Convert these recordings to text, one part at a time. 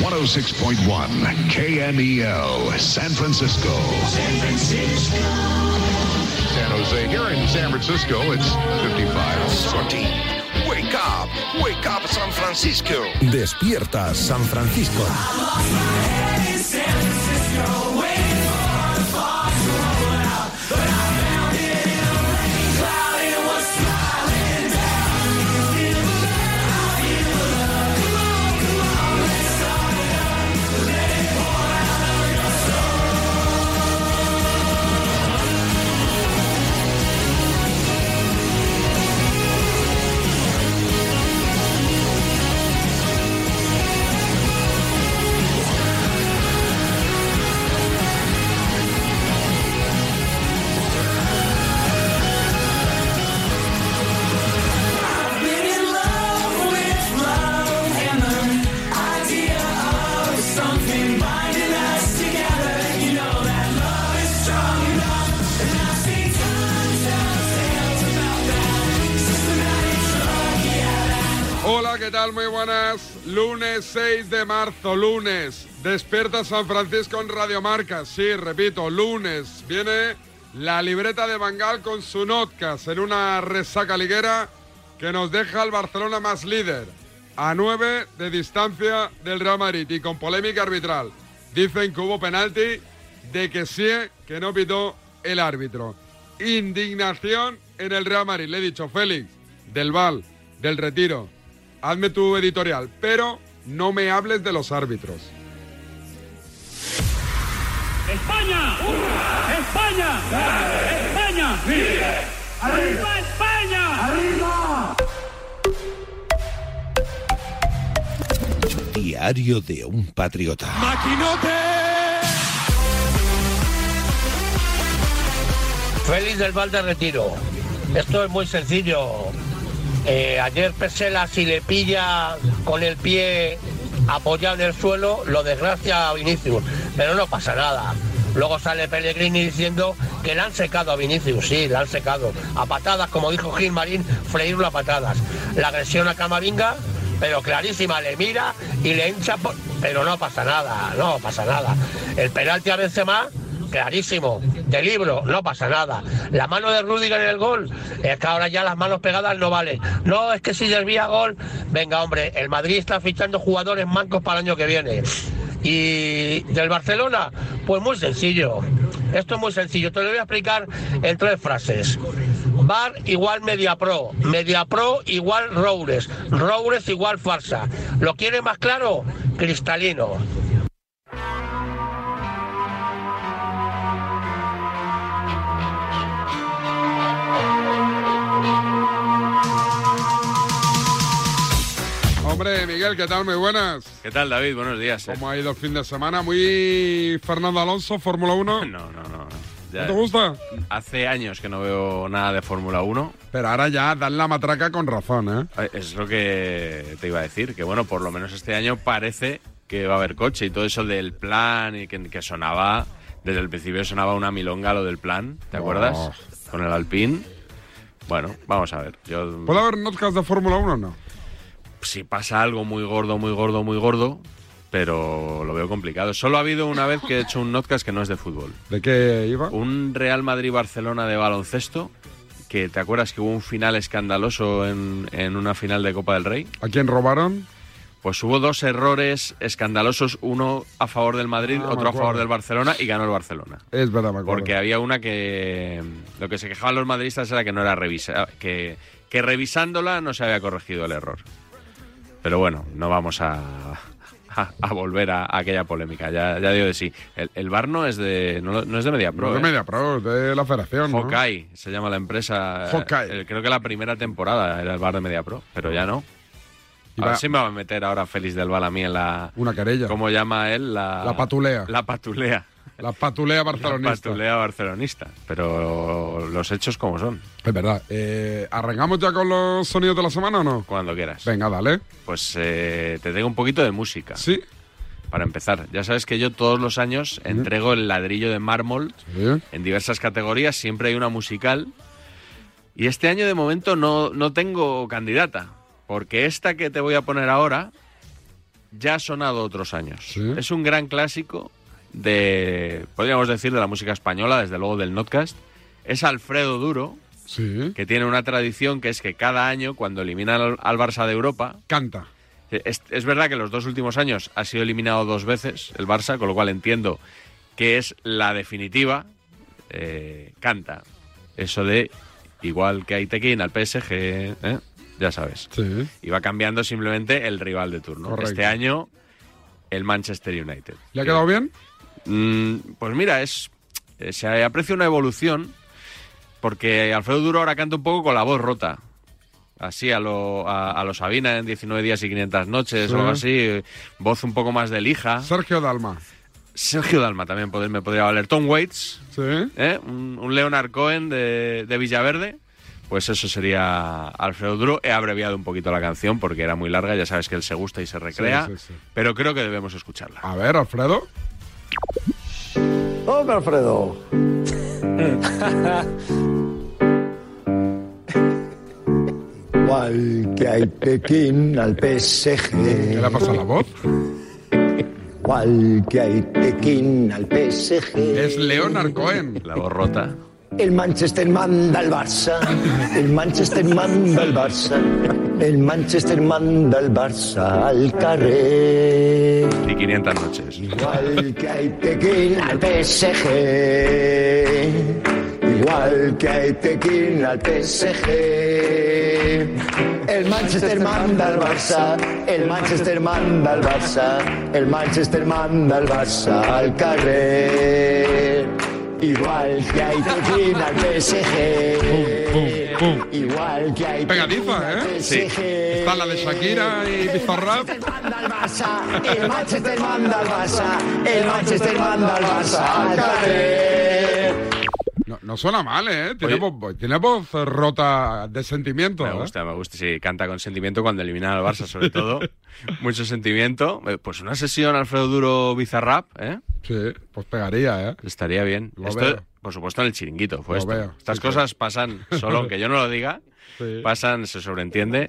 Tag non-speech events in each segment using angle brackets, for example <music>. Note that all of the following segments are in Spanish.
106.1 KMEL, E San Francisco. San Francisco. San Jose. Here in San Francisco, it's 55. Scotty, wake up, wake up San Francisco. Despierta San Francisco. Hola, ¿qué tal? Muy buenas. Lunes 6 de marzo, lunes. Despierta San Francisco en Radiomarca. Sí, repito, lunes. Viene la libreta de Bangal con su notcast en una resaca liguera que nos deja al Barcelona más líder, a 9 de distancia del Real Madrid y con polémica arbitral. Dicen que hubo penalti, de que sí, que no pitó el árbitro. Indignación en el Real Madrid. Le he dicho, Félix, del Val, del Retiro, hazme tu editorial, pero no me hables de los árbitros. España, España, España, arriba España, arriba. Diario de un patriota. Feliz del Val de Retiro. Esto es muy sencillo. Eh, ayer Pesela, si le pilla con el pie apoyado en el suelo, lo desgracia a Vinicius. Pero no pasa nada. Luego sale Pellegrini diciendo que le han secado a Vinicius. Sí, le han secado. A patadas, como dijo Gil Marín, freírlo a patadas. La agresión a Camavinga, pero clarísima, le mira y le hincha. por- Pero no pasa nada, no pasa nada. El penalti a Benzema clarísimo, de libro, no pasa nada. La mano de Rudiger en el gol, es que ahora ya las manos pegadas no valen. No, es que si servía gol, venga hombre, el Madrid está fichando jugadores mancos para el año que viene. Y del Barcelona, pues muy sencillo. Esto es muy sencillo, te lo voy a explicar en tres frases. Bar igual Media Pro, Media Pro igual Roures, Roures igual Farsa. ¿Lo quiere más claro? Cristalino. Hombre, Miguel, ¿qué tal? Muy buenas. ¿Qué tal, David? Buenos días. eh. ¿Cómo ha ido el fin de semana? Muy Fernando Alonso, Fórmula <laughs> No, 1. eh. no, no. ¿No te gusta? Hace años que no veo nada de Fórmula 1. Pero ahora ya dan la matraca con razón, ¿eh? Eh, Es lo que te iba a decir, que bueno, por lo menos este año parece que va a haber coche y todo eso del plan y que, que sonaba, desde el principio sonaba una milonga lo del plan, ¿te acuerdas? Oh. Con el Alpine. Bueno, vamos a ver. Yo, ¿Puede haber notcast de Fórmula 1 o no? si pasa algo muy gordo, muy gordo, muy gordo, pero lo veo complicado. Solo ha habido una vez que he hecho un podcast que no es de fútbol. ¿De qué iba? Un Real Madrid-Barcelona de baloncesto, que te acuerdas que hubo un final escandaloso en, en una final de Copa del Rey. ¿A quién robaron? Pues hubo dos errores escandalosos, uno a favor del Madrid, Ah, me otro a favor acuerdo. del Barcelona y ganó el Barcelona. Es verdad, me acuerdo. Porque había una que lo que se quejaban los madridistas era que no era revisa, que, que revisándola no se había corregido el error. Pero bueno, no vamos a, a, a volver a, a aquella polémica. Ya, ya digo de sí. El, el bar no es de no, lo- no es de media pro. No de ¿eh? Media Pro, de la federación, ¿no? Hawkeye, se llama la empresa. Hawkeye. Eh, Creo que la primera temporada era el bar de Media Pro, pero ya no. Y A ver va- si me va a meter ahora Félix del Val a mí en la. Una querella. ¿Cómo llama él? La, La patulea. La patulea. La <laughs> patulea La barcelonista. patulea barcelonista. Pero los hechos como son, Es verdad. Eh, ¿Arrancamos ya con los sonidos de la semana o no? cuando quieras. Venga, dale. Pues eh, te tengo un poquito de música Sí. para empezar. Ya sabes que yo todos los años entrego el ladrillo de mármol Sí. en diversas categorías, siempre hay una musical. Y este año de momento no, no tengo candidata, porque esta que te voy a poner ahora ya ha sonado otros años. Sí. Es un gran clásico de, podríamos decir, de la música española, desde luego del Notcast. Es Alfredo Duro, Sí. que tiene una tradición que es que cada año, cuando eliminan al, al Barça de Europa, Eh, Canta. es, es verdad que los dos últimos años ha sido eliminado dos veces el Barça, con lo cual entiendo que es la definitiva. eh, canta. Eso de igual que Aitekin al PSG, ¿eh? ya sabes. Sí. Y va cambiando simplemente el rival de turno. Correcto. Este año, el Manchester United. ¿Le ha Que- quedado bien? Mm, pues mira, es eh, se aprecia una evolución porque Alfredo Duro ahora canta un poco con la voz rota. Así a lo, a, a lo Sabina en 19 días y 500 noches Sí. o algo así. eh, Voz un poco más de lija. Sergio Dalma. Sergio Dalma también pod- me podría valer. Tom Waits, Sí. ¿eh? un, un Leonard Cohen de, de Villaverde. Pues eso sería Alfredo Duro. He abreviado un poquito la canción porque era muy larga. Ya sabes que él se gusta y se recrea. sí, sí. Pero creo que debemos escucharla. A ver, Alfredo. Hombre, Alfredo. Igual que hay Pekín al ¿Qué le ha PSG. pasado a la voz? Igual que hay Pekín al PSG. Es Leonard Cohen. La voz rota. El Manchester manda al Barça. El Manchester manda al Barça. El Manchester manda al Barça al carrer. Y 500 noches. Igual que hay Tequín al PSG. Igual que hay Tequín al PSG. El Manchester manda al Barça. El Manchester manda al Barça. El Manchester manda al Barça al carrer. Igual que hay Tequín al PSG. Pum, pum. Igual que hay Pegadiza, Tequín al ¿eh? Sí. PSG. Está la de Shakira y Bizarrap. El manda al Barça, el Manchester manda al Barça, el Manchester manda al Barça, al carrer. No, no suena mal, ¿eh? Tiene, Oye. voz, tiene voz rota de sentimiento. Me ¿eh? gusta, me gusta. Sí, canta con sentimiento cuando eliminan al Barça, sobre <laughs> todo. Mucho sentimiento. Eh, Pues una sesión Alfredo Duro Bizarrap, ¿eh? Sí, pues pegaría, ¿eh? Estaría bien. Lo Esto, veo. por supuesto, en el chiringuito. fue Lo esto. veo, Estas sí, cosas pasan, solo aunque yo no lo diga, <laughs> Sí. pasan, se sobreentiende,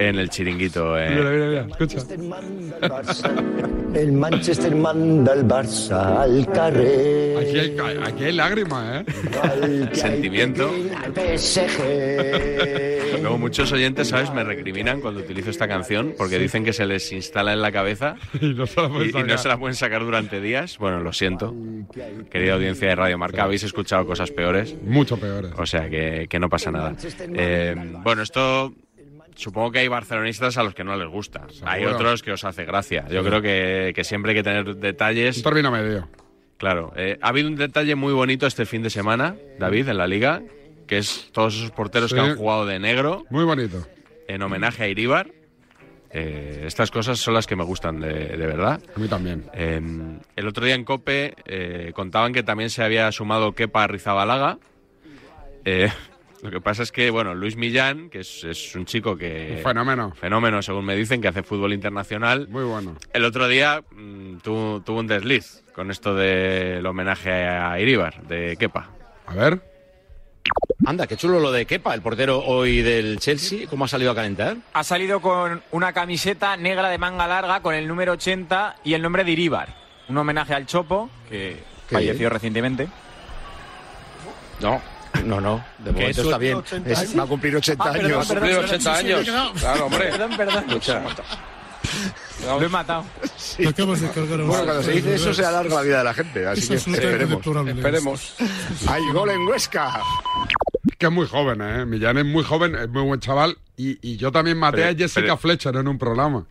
en el chiringuito. eh. Mira, mira, mira, escucha. Manchester manda al Barça, el Manchester manda al Barça, al carrer. Aquí hay, ca- aquí hay lágrimas, ¿eh? <laughs> Igual que hay Sentimiento. Tequín al PSG. Luego muchos oyentes, ¿sabes? Me recriminan cuando utilizo esta canción porque dicen que se les instala en la cabeza Y no se la puedes y, y no sacar. se la pueden sacar durante días. Bueno, lo siento. Querida audiencia de Radio Marca, habéis escuchado cosas peores. Mucho peores. O sea que, que no pasa nada. Eh, bueno, esto supongo que hay barcelonistas a los que no les gusta. Hay Seguro. otros que os hace gracia. Yo creo que, que siempre hay que tener detalles. Un término medio. Claro, eh, ha habido un detalle muy bonito este fin de semana, David, en la liga, que es todos esos porteros que Sí. han jugado de negro Muy bonito. en homenaje a Iríbar. Eh, estas cosas son las que me gustan de- de verdad. A mí también. Eh, el otro día en COPE eh, contaban que también se había sumado Kepa Rizabalaga. Eh, <laughs> lo que pasa es que, bueno, Luis Millán, que es, es un chico que... Un fenómeno. Fenómeno, según me dicen, que hace fútbol internacional. Muy bueno. El otro día mm, tuvo, tuvo un desliz con esto del homenaje a Iribar, de Kepa. A ver. Anda, qué chulo lo de Kepa, el portero hoy del Chelsea. ¿Cómo ha salido a calentar? Ha salido con una camiseta negra de manga larga con el número 80 y el nombre de Iríbar. Un homenaje al Chopo, que ¿Qué? falleció recientemente. No. No, no, de momento está bien. Es- va a cumplir 80 Ah, perdón, años. perdón, cumplir perdón, 80 sí, sí, años. no. Claro, hombre. Perdón, perdón. Escucha. Lo he matado. Acabas de cargar a un Bueno, cuando se dice eso se alarga la vida de la gente, así Eso que es un tema esperemos. deplorable. Esperemos. Hay gol en Huesca. Es que es muy joven, ¿eh? Millán es muy joven, es muy buen chaval. Y, y yo también maté Pero- a Jessica pero- Fletcher en un programa.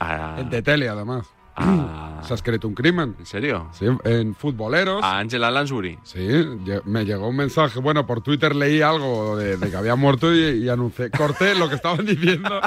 A- De tele, además. a- <clears throat> Se ha escrito un crimen. Ah. ¿En serio? Sí, en futboleros. A Angela Lansbury. Sí, lle- me llegó un mensaje. Bueno, por Twitter leí algo de, de que había muerto y, y anuncié. Corté lo que estaban diciendo.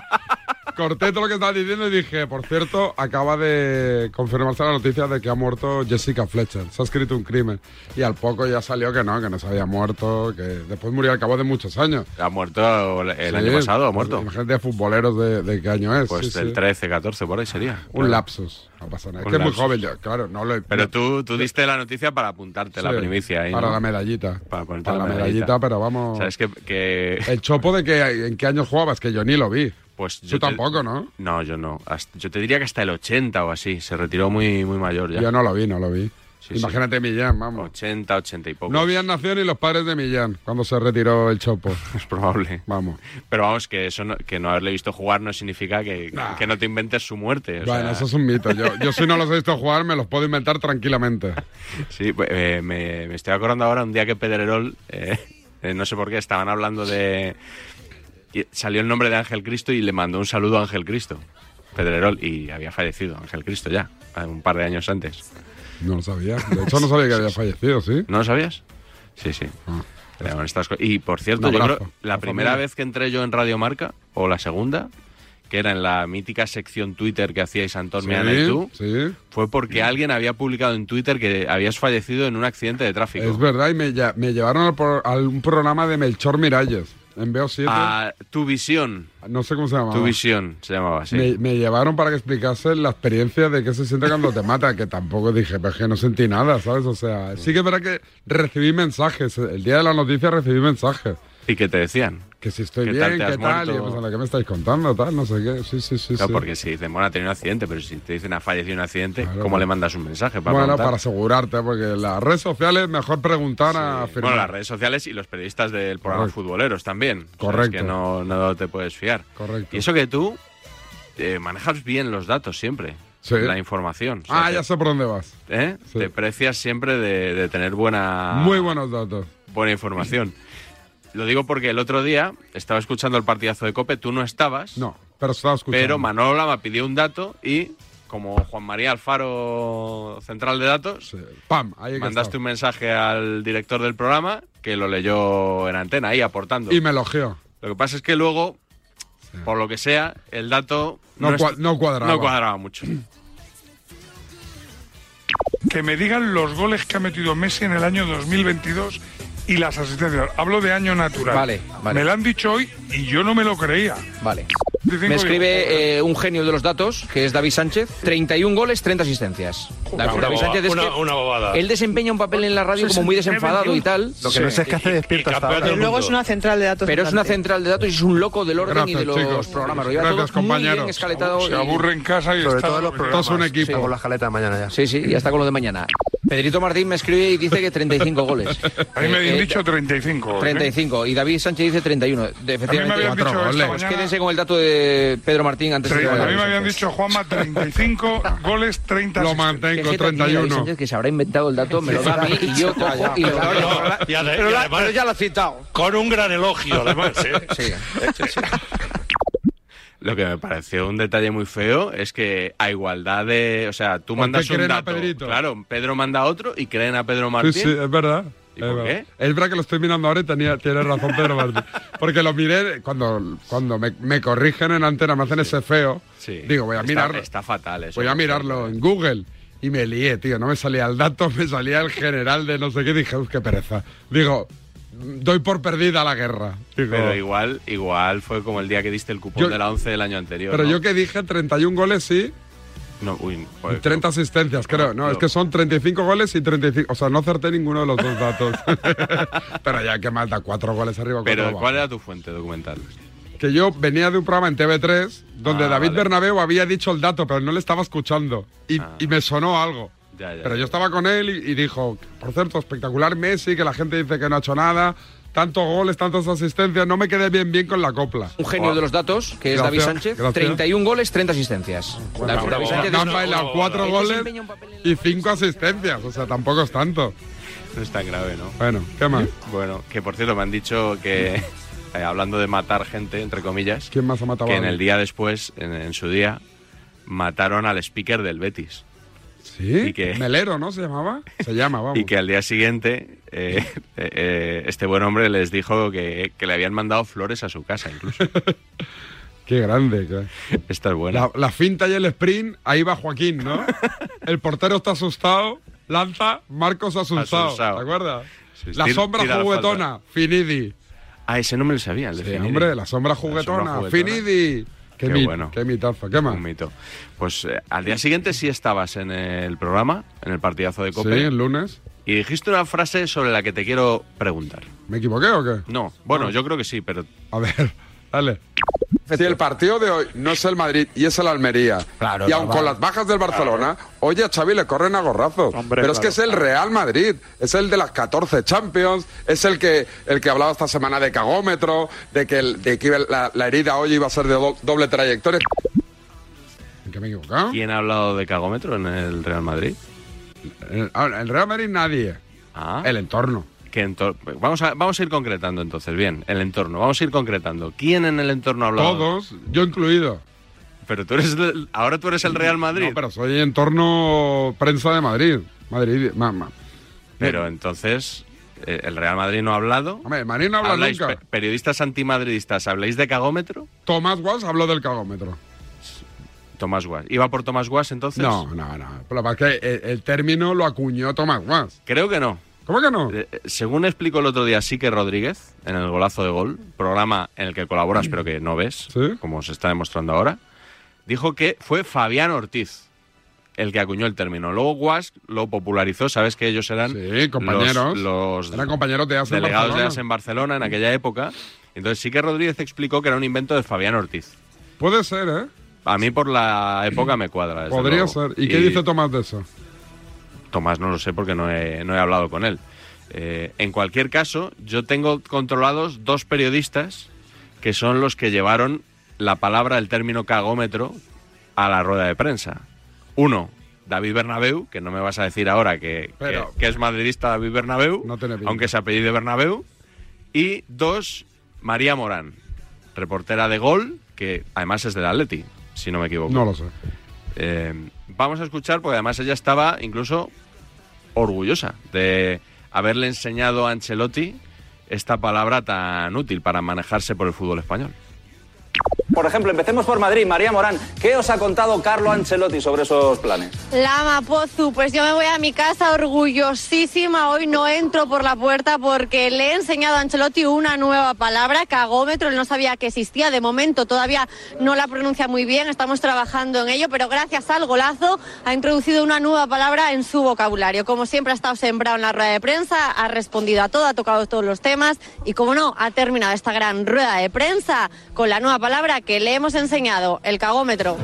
Corté todo lo que estaban diciendo y dije, por cierto, acaba de confirmarse la noticia de que ha muerto Jessica Fletcher. Se ha escrito un crimen. Y al poco ya salió que no, que no se había muerto, que después murió al cabo de muchos años. Ha muerto el el Sí, año pasado, ha pues, muerto. Imagínate futboleros de, de qué año es. Pues sí, del sí. 13, 14, por ahí sería. Un lapsus. No pasa nada. Es Un que es muy lapsus. joven yo. Claro, no lo he- Pero tú, tú diste la noticia para apuntarte la Sí, primicia ahí. Para ¿no? la medallita. Para ponerte Para la la medallita. medallita, pero vamos. Sabes que, que- El chopo de que en qué año jugabas, que yo ni lo vi. Pues yo Tú te- tampoco, ¿no? No, yo no. Hasta- yo te diría que hasta el 80 o así. Se retiró muy, muy mayor ya. Yo no lo vi, no lo vi. Sí, Imagínate Millán, vamos. 80, 80 y poco. No habían nacido ni los padres de Millán cuando se retiró el Chopo. <laughs> Es probable. Vamos. Pero vamos, que eso no- que no haberle visto jugar no significa que, que no te inventes su muerte. o bueno, sea, eso es un mito. Yo, yo si no los he visto jugar, me los puedo inventar tranquilamente. Sí, pues, eh, me, me estoy acordando ahora un día que Pedrerol, eh, <laughs> eh, no sé por qué, estaban hablando de... y salió el nombre de Ángel Cristo y le mandó un saludo a Ángel Cristo. Pedrerol, y había fallecido Ángel Cristo ya, un par de años antes. No lo sabía. De hecho, no sabía que había fallecido, ¿sí? ¿No lo sabías? Sí, sí. Pero bueno, estas co- y por cierto, Ah. Un yo abrazo. creo la La primera familia. vez que entré yo en Radio Marca, o la segunda, que era en la mítica sección Twitter que hacíais Antón Meana y tú, sí. fue porque alguien había publicado en Twitter que habías fallecido en un accidente de tráfico. Es verdad, y me, lla- me llevaron al por- a un programa de Melchor Miralles en VO7. A tu visión. no sé cómo se llamaba. Ah. Tu visión se llamaba, sí. Me, me llevaron para que explicase la experiencia de qué se siente cuando te mata, que tampoco dije, pues que no sentí nada, ¿sabes? O sea, sí que es verdad que recibí mensajes. El día de la noticia recibí mensajes. ¿Y qué te decían? Que si estoy ¿Qué bien, tal te qué has tal, y yo muerto? pensando, ¿qué me estáis contando? Tal, no sé qué. Sí, sí, sí. Claro, sí. porque si dicen, bueno, ha tenido un accidente, pero si te dicen ha fallecido en un accidente, ¿cómo le mandas un mensaje? Para bueno, preguntar? para asegurarte, porque en las redes sociales mejor preguntar a firmar. Bueno, las redes sociales y los periodistas del programa Correcto. Futboleros también. O sea, Correcto. es que no, no te puedes fiar. Correcto. Y eso que tú eh, manejas bien los datos siempre, Sí. la información. O sea, Ah, ya sé por dónde vas. te, ¿eh? Te precias siempre de, de tener buena, Muy buenos datos. buena información. Lo digo porque el otro día estaba escuchando el partidazo de Cope, tú no estabas. No, pero estaba escuchando. Pero Manola me pidió un dato y, como Juan María Alfaro, central de datos, Pam, ahí que mandaste estaba. un mensaje al director del programa que lo leyó en antena, ahí aportando. Y me elogió. Lo que pasa es que luego, por lo que sea, el dato No est- cua- no cuadraba. no cuadraba <clears throat> mucho. que me digan los goles que ha metido Messi en el año 2022 y las asistencias. Hablo de año natural. Vale, vale. Me lo han dicho hoy y yo no me lo creía. Vale. Dicen Me que- escribe eh, un genio de los datos, que es David Sánchez. 31 goles, 30 asistencias. Una David boba- Sánchez es una- que una bobada. Él desempeña un papel en la radio como muy desenfadado y tal. Lo que no sé es qué hace despierto hasta ahora. Pero luego es una central de datos. Pero es una central de datos y es un loco del orden y de los Gracias, chicos. programas. Lo lleva Gracias, todo muy bien compañeros. escaletado Se y- aburre en casa y Sobre está todo los programas. todo un equipo. Sí. Con la jaleta mañana ya. Sí, sí, y hasta con lo de mañana. Pedrito Martín me escribe y dice que 35 goles. <laughs> A mí me Eh, habían eh, dicho 35. ¿eh? 35 y David Sánchez dice 31. De- Efectivamente, habían cuatro dicho esta goles. Pues mañana- Quédense con el dato de Pedro Martín antes de que Tre- vaya a mí me David habían Sánchez. dicho Juanma 35 <laughs> goles, 30 Lo asistencias. mantengo, Qué jeta tiene David 31. Sánchez, que se habrá inventado el dato, me lo da a mí y <laughs> yo Ah, cojo y lo Pero, hago. no, y ade- y Pero la- además- pero ya lo has citado. Con un gran elogio, además, ¿eh? Lo que me pareció un detalle muy feo es que a igualdad de. O sea, tú Porque mandas un creen a dato. Pedrito. Claro, Pedro manda otro y creen a Pedro Martín. Sí, eh, sí, es verdad. ¿Y es por verdad. qué? Es verdad que lo estoy mirando ahora y tenía, tienes razón, Pedro Martín. Porque lo miré cuando, cuando me, me corrigen en antena, me hacen ese feo. Sí. Digo, voy a Está- mirarlo. Está fatal eso. Voy a mirarlo en Google. Y me lié, tío. No me salía el dato, <laughs> me salía el general de no sé qué. Dije, uff, qué pereza. Digo, doy por perdida la guerra. Digo, Pero igual, igual fue como el día que diste el cupón Yo- de la 11 del año anterior. Pero ¿no? yo que dije 31 goles, sí. Pues No, Ah, uy, Y joder, 30 asistencias, creo. No, es que son 35 goles y 35. O sea, no acerté ninguno de los dos datos. <laughs> pero ya que mata, cuatro goles arriba. cuatro Pero abajo. ¿cuál era tu fuente documental? Que yo venía de un programa en TV3 donde Ah, David vale. Ah. Bernabeu había dicho el dato, pero no le estaba escuchando. Y, y me sonó algo. Ya, ya, Pero ya. yo estaba con él y, y dijo, por cierto, espectacular Messi, que la gente dice que no ha hecho nada, tantos goles, tantas asistencias, no me quedé bien bien con la copla. Un genio de los datos, que es Gracias, David Sánchez. gracias. 31 goles, 30 asistencias. Bueno, David- David Sánchez me han dice- bailado cuatro Él goles desempeña un y cinco asistencias, o sea, tampoco es tanto. No es tan grave, ¿no? Bueno, ¿qué más? ¿Eh? Bueno, que por cierto me han dicho <laughs> que, eh, hablando de matar gente, entre comillas, ¿Quién más ha matado que a en el alguien? día después, en, en su día, mataron al speaker del Betis. ¿Sí? Y que, Melero, ¿no se llamaba? Se llama, vamos. <laughs> y que al día siguiente <laughs> eh, eh, eh, este buen hombre les dijo que, que le habían mandado flores a su casa incluso. Qué grande. qué- Esta es buena. La, la finta y el sprint, ahí va Joaquín, <laughs> ¿no? el portero está asustado, lanza, Marcos asustado, Asustado. ¿te acuerdas? Sí, La tira- sombra tira la juguetona, Finidi. Ah, ese no me lo sabía. El de Sí, Finidi. hombre, la sombra juguetona, Finidi. Qué, Qué mi- bueno. qué mitazo, qué más. Un mito. Pues eh, al día siguiente sí estabas en el programa, en el partidazo de Sí, Cope, el lunes. y dijiste una frase sobre la que te quiero preguntar. ¿Me equivoqué o qué? No, bueno, yo creo que sí, pero A ver, Dale. Si el partido de hoy no es el Madrid y es el Almería, y aun normal. con las bajas del Barcelona, oye a Xavi le corren a gorrazos. Pero es claro. que es el Real Madrid, es el de las 14 Champions, es el que, el que hablaba esta semana de cagómetro, de que, el- de que iba- la, la herida hoy iba a ser de do- doble trayectoria. ¿Quién ha hablado de cagómetro en el Real Madrid? Eh, ah, El, Real Madrid nadie. El entorno. Ah. vamos, a, vamos a ir concretando entonces, bien, el entorno. Vamos a ir concretando. ¿Quién en el entorno ha hablado? Todos, yo incluido. Pero tú eres, el- ahora tú eres el Real Madrid. No, pero soy entorno prensa de Madrid. Madrid, mamá. Pero entonces, eh, ¿el Real Madrid no ha hablado? Hombre, el Madrid no habla Habláis nunca. pe- periodistas antimadridistas, ¿habláis de cagómetro? Tomás Guas habló del cagómetro. Tomás Guas. ¿Iba por Tomás Guas entonces? No, no, no. Pero es que el, el término lo acuñó Tomás Guas. Creo que no. Eh, ¿Cómo que no? según explicó el otro día Sique Rodríguez, en el golazo de gol, programa en el que colaboras pero que no ves, como se está demostrando ahora, dijo que fue Fabián Ortiz el que acuñó el término. Luego Guas lo popularizó, sabes que ellos eran compañeros. los, los Eran compañeros de AS en delegados de Barcelona. AS en Barcelona en aquella época. Entonces Sique Rodríguez explicó que era un invento de Fabián Ortiz. Puede ser, ¿eh? A mí por la época me cuadra. desde Podría luego. ser. ¿Y, qué dice Tomás de eso? Tomás no lo sé porque no he, no he hablado con él. Eh, en cualquier caso, yo tengo controlados dos periodistas que son los que llevaron la palabra, el término cagómetro, a la rueda de prensa. Uno, David Bernabeu, que no me vas a decir ahora que, que- Pero- que es madridista David Bernabeu, pinta. aunque se apellide Bernabeu. Y dos, María Morán, reportera de Gol, que además es del Atleti, si no me equivoco. No lo sé. Eh, vamos a escuchar, porque además ella estaba incluso orgullosa de haberle enseñado a Ancelotti esta palabra tan útil para manejarse por el fútbol español. Por ejemplo, empecemos por Madrid. María Morán, ¿qué os ha contado Carlo Ancelotti sobre esos planes? Lama Pozu, pues yo me voy a mi casa orgullosísima. Hoy no entro por la puerta porque le he enseñado a Ancelotti una nueva palabra, cagómetro. Él no sabía que existía. De momento todavía no la pronuncia muy bien. Estamos trabajando en ello, pero gracias al golazo ha introducido una nueva palabra en su vocabulario. Como siempre ha estado sembrado en la rueda de prensa, ha respondido a todo, ha tocado todos los temas y como no, ha terminado esta gran rueda de prensa con la nueva palabra que le hemos enseñado, el cagómetro.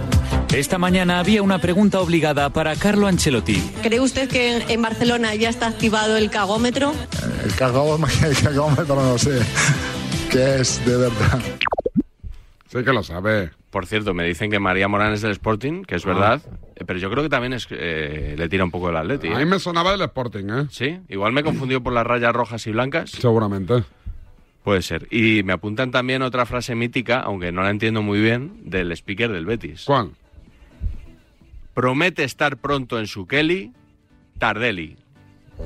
Esta mañana había una pregunta obligada para Carlo Ancelotti. ¿Cree usted que en, en Barcelona ya está activado el cagómetro? El cagómetro, <laughs> el cagómetro no sé qué es de verdad. Sí que lo sabe. Ah. Por cierto, me dicen que María Morán es del Sporting, que es verdad, eh, pero yo creo que también es, eh, le tira un poco el Atleti. A ¿eh? mí me sonaba del Sporting, ¿eh? Sí, igual me he confundido por las rayas rojas y blancas. Seguramente. Puede ser. Y me apuntan también otra frase mítica, aunque no la entiendo muy bien, del speaker del Betis. ¿Cuál? Promete estar pronto en su Kelly, Tardelli.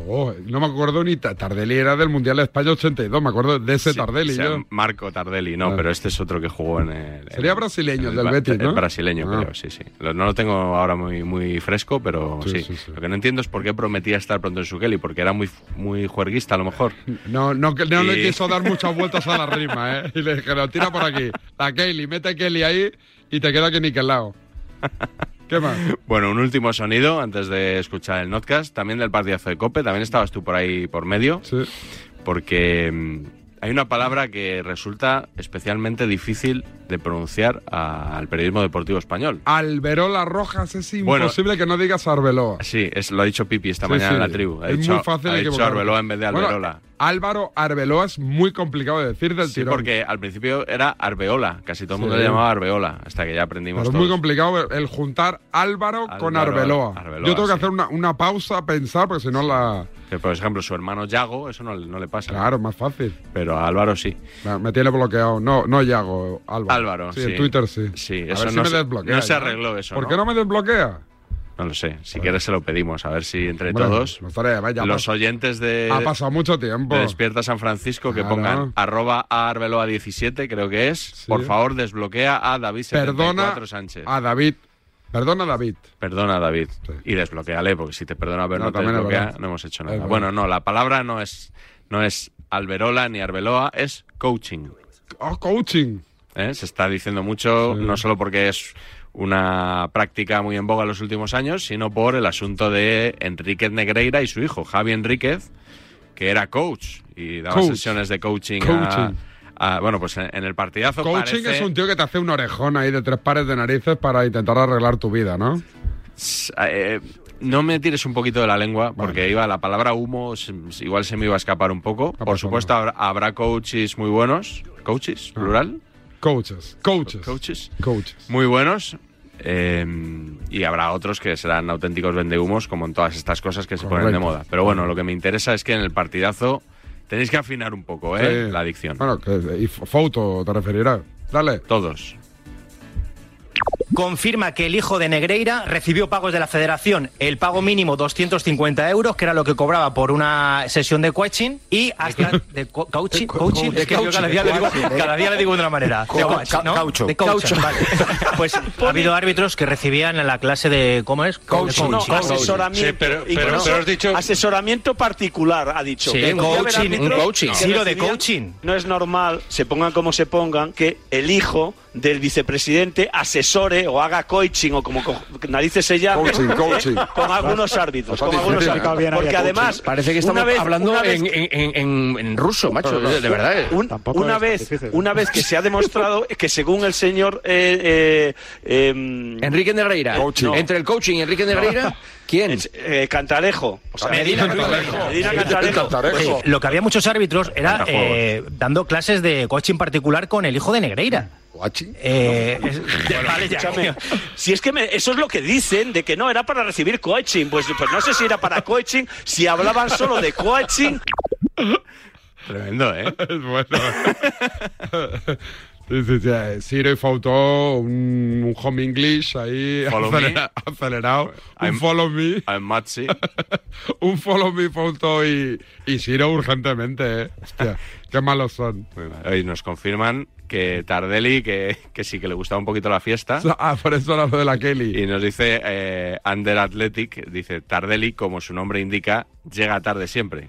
Oh, no me acuerdo ni ta- Tardelli era del Mundial de España 82, me acuerdo de ese Tardelli. O sea, yo. Ah. Marco Tardelli, no, pero este es otro que jugó en el. Sería brasileño, el del bra- Betis, ¿no? Ah. el brasileño, creo, sí, sí. Lo- No lo tengo ahora muy, muy fresco, pero sí, Lo que no entiendo es por qué prometía estar pronto en su Kelly, porque era muy, muy juerguista a lo mejor. No, no, que- no le Y- quiso dar <laughs> muchas vueltas a la rima, ¿eh? Y le dijeron, tira por aquí. La Kelly, mete a Kelly ahí y te queda que niquelado. <laughs> ¿Qué más? Bueno, un último sonido antes de escuchar el podcast, también del partidazo de Cope, también estabas tú por ahí por medio, porque mm, hay una palabra que resulta especialmente difícil de pronunciar a- al periodismo deportivo español. Alberola Rojas, es Bueno. imposible que no digas Arbeloa. Sí, es, lo ha dicho Pipi esta Sí, mañana sí. en la tribu. Ha Es dicho, muy fácil ha dicho equivocarme. Arbeloa en vez de Bueno, Alberola. Álvaro Arbeloa es muy complicado de decir <laughs> del sí, tirón. porque al principio era Arbeola, casi todo el mundo Sí. le llamaba Arbeola, hasta que ya aprendimos Pero es todos. muy complicado el juntar Álvaro, con Álvaro, Arbeloa. Arbeloa, Yo tengo que sí. hacer una, una pausa, pensar, porque si no la... Que, por ejemplo, su hermano Yago, eso no, le- no le pasa. Claro, más fácil. Pero a Álvaro sí. Me- Me tiene bloqueado. No, no Yago, Álvaro. Álvaro, sí. en Twitter sí. Sí, A eso ver si no me se- desbloquea no se ya. arregló eso, ¿Por ¿no? qué no me desbloquea? No lo sé. Si quieres se lo pedimos, a ver si entre Hombre, todos no estaré, vaya, los ha pas- oyentes de, Ha pasado mucho tiempo. de Despierta San Francisco que Claro. pongan arroba a Arbeloa 17, creo que es. Por favor, desbloquea a David 74 Perdona Sánchez. a David. Perdona a David. Perdona, David. Y desbloqueale, porque si te perdona, pero No, no, te también es desbloquea, verdad. no hemos hecho Es nada. verdad. Bueno, no, la palabra no es, no es alberola ni arbeloa, es coaching. Oh, coaching. ¿eh? Se está diciendo mucho, no solo porque es una práctica muy en boga en los últimos años, sino por el asunto de Enríquez Negreira y su hijo, Javi Enríquez, que era coach y daba Coach. sesiones de coaching, a- Coaching. A, Ah, bueno, pues en, en el partidazo Coaching parece- es un tío que te hace un orejón ahí de tres pares de narices para intentar arreglar tu vida, ¿no? Eh, no me tires un poquito de la lengua, porque iba la palabra humo, se- igual se me iba a escapar un poco. Por supuesto, habrá, habrá coaches muy buenos. ¿Coaches? ¿Plural? Ah. Coaches. Coaches. Coaches. Coaches. Muy buenos. eh, y habrá otros que serán auténticos vendehumos, como en todas estas cosas que se ponen de Correcto. moda. Pero bueno, lo que me interesa es que en el partidazo tenéis que afinar un poco, ¿eh? Sí. La adicción. Bueno, que- y f- foto te referirás. Dale. Todos. confirma que el hijo de Negreira recibió pagos de la federación, el pago mínimo 250 euros, que era lo que cobraba por una sesión de coaching, y hasta de co- coaching, coaching, de es que yo coaching, cada día, le digo, coaching, eh. cada día le digo de una manera, Co- de coach, ca- ¿no? caucho. De coaching, Caucho. <laughs> vale. Pues ha habido árbitros que recibían en la clase de, ¿cómo es? Coaching, De no, asesoramiento. Sí, pero- incluso pero- pero has Asesoramiento particular, ha dicho. Sí, Que un podía haber coaching, un árbitros coaching. que Sí, lo de recibían- coaching. No es normal, se pongan como se pongan, que el hijo del vicepresidente asesore o haga coaching o como co- narices se llame Coaching, ¿eh? coaching. con algunos árbitros. con algunos árbitros. Porque además, Parece que estamos una vez- hablando una vez en, en- en- en- en ruso, macho. Claro, de- De verdad. eh. un- una, vez, una vez que se ha demostrado <laughs> que según el señor eh, eh, em, Enrique Negreira. Coaching. No. Entre el coaching y Enrique Negreira, ¿quién? eh, Cantalejo, o sea, Medina Cantalejo, Medina Pues, Cantalejo, Oye, lo que había muchos árbitros era eh, dando clases de coaching particular con el hijo de Negreira. Eh, ¿Coaching? vale, ya. Escúchame, si es que me- eso es lo que dicen, de que no, era para recibir coaching. Pues, pues no sé si era para coaching, si hablaban solo de coaching. Tremendo, ¿eh? es <laughs> bueno. Sí, sí, sí, eh, Ciro y Fauto, un, un home English ahí Follow me. acelera- acelerado. I'm- un follow me. I'm Matzi. <laughs> un follow me, Fauto y, y Ciro urgentemente, ¿eh? Hostia, qué malos son. Hoy nos confirman que Tardelli, que, que sí que le gustaba un poquito la fiesta. Ah, por eso era lo de la Kelly. Y nos dice eh, Under Athletic, dice Tardelli, como su nombre indica, llega tarde siempre.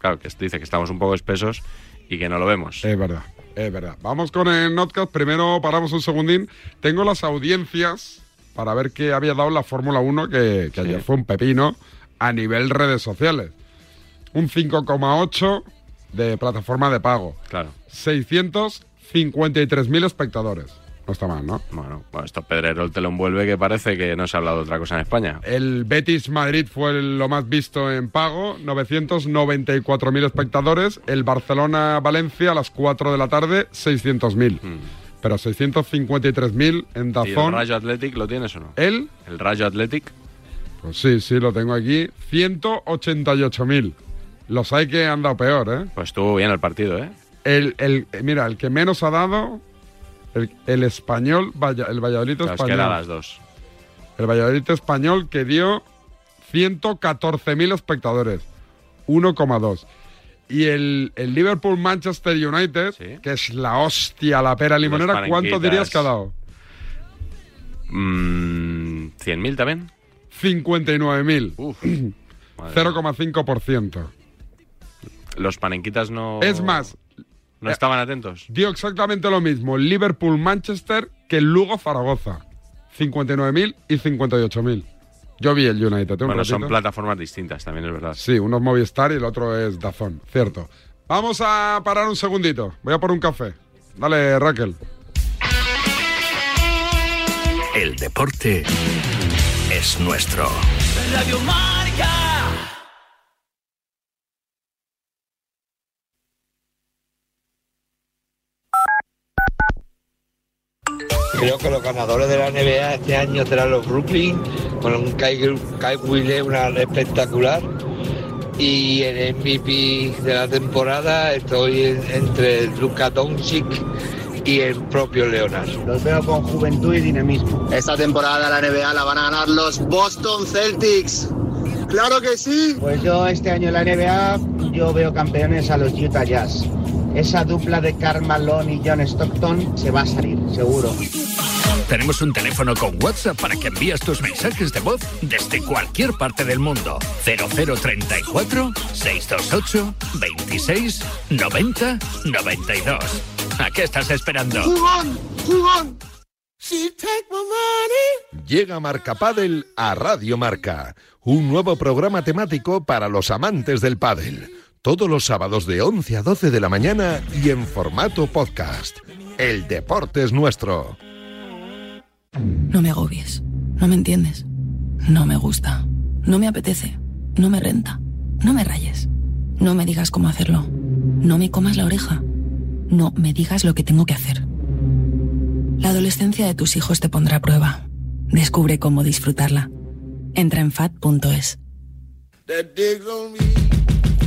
Claro, que es- dice que estamos un poco espesos y que no lo vemos. Es verdad, es verdad. Vamos con el Notcast. Primero paramos un segundín. Tengo las audiencias para ver qué había dado la Fórmula 1, que, que ayer fue un pepino a nivel redes sociales. Un 5,8 de plataforma de pago. Claro. 653.000 espectadores. No está mal, ¿no? Bueno, pues bueno, esto Pedrerol te lo envuelve que parece que no se ha hablado de otra cosa en España. El Betis Madrid fue el- lo más visto en pago, 994.000 espectadores. El Barcelona Valencia a las 4 de la tarde, 600.000. Pero 653.000 en Hmm. ¿Y Dazón. el Rayo Athletic lo tienes o no? ¿El? El Rayo Athletic. Pues sí, sí, lo tengo aquí. 188.000. Los hay que han dado peor, ¿eh? Pues estuvo bien el partido, ¿eh? El, el- mira, el que menos ha dado, el, el español, Valla- el Valladolid Nos español. quedan las dos. El Valladolid español que dio 114.000 espectadores, 1,2. Y el, el Liverpool Manchester United, que es la hostia, la pera limonera, ¿cuánto parenquitas. dirías que ha dado? Mm, ¿100.000 también? <clears throat> 59.000. Madre 0,5%. Los panenquitas no. Es más, No estaban atentos. dio exactamente lo mismo el Liverpool Manchester que el Lugo Zaragoza. 59.000 y 58.000. Yo vi el United. ¿eh? Un Bueno, son ratito. plataformas distintas, también es verdad. Sí, uno es Movistar y el otro es Dazón, cierto. Vamos a parar un segundito. Voy a por un café. Dale, Raquel. El deporte es nuestro. Radio Marca. Creo que los ganadores de la NBA este año serán los Brooklyn, con un Kyle Kyle Williams, una espectacular. Y el MVP de la temporada estoy en- entre Luka Doncic y el propio Leonard. Los veo con juventud y dinamismo. Esta temporada la NBA la van a ganar los Boston Celtics. ¡Claro que sí! Pues yo este año en la NBA yo veo campeones a los Utah Jazz. Esa dupla de Carmelo y John Stockton se va a salir, seguro. Tenemos un teléfono con WhatsApp para que envíes tus mensajes de voz desde cualquier parte del mundo. 0034 628 26 90 92. ¿A qué estás esperando? Jugón, jugón. She take my money. Llega Marca Padel a Radio Marca, un nuevo programa temático para los amantes del pádel. Todos los sábados de 11 a 12 de la mañana y en formato podcast. El deporte es nuestro. No me agobies. No me entiendes. No me gusta. No me apetece. No me renta. No me rayes. No me digas cómo hacerlo. No me comas la oreja. No me digas lo que tengo que hacer. La adolescencia de tus hijos te pondrá a prueba. Descubre cómo disfrutarla. Entra en fat.es.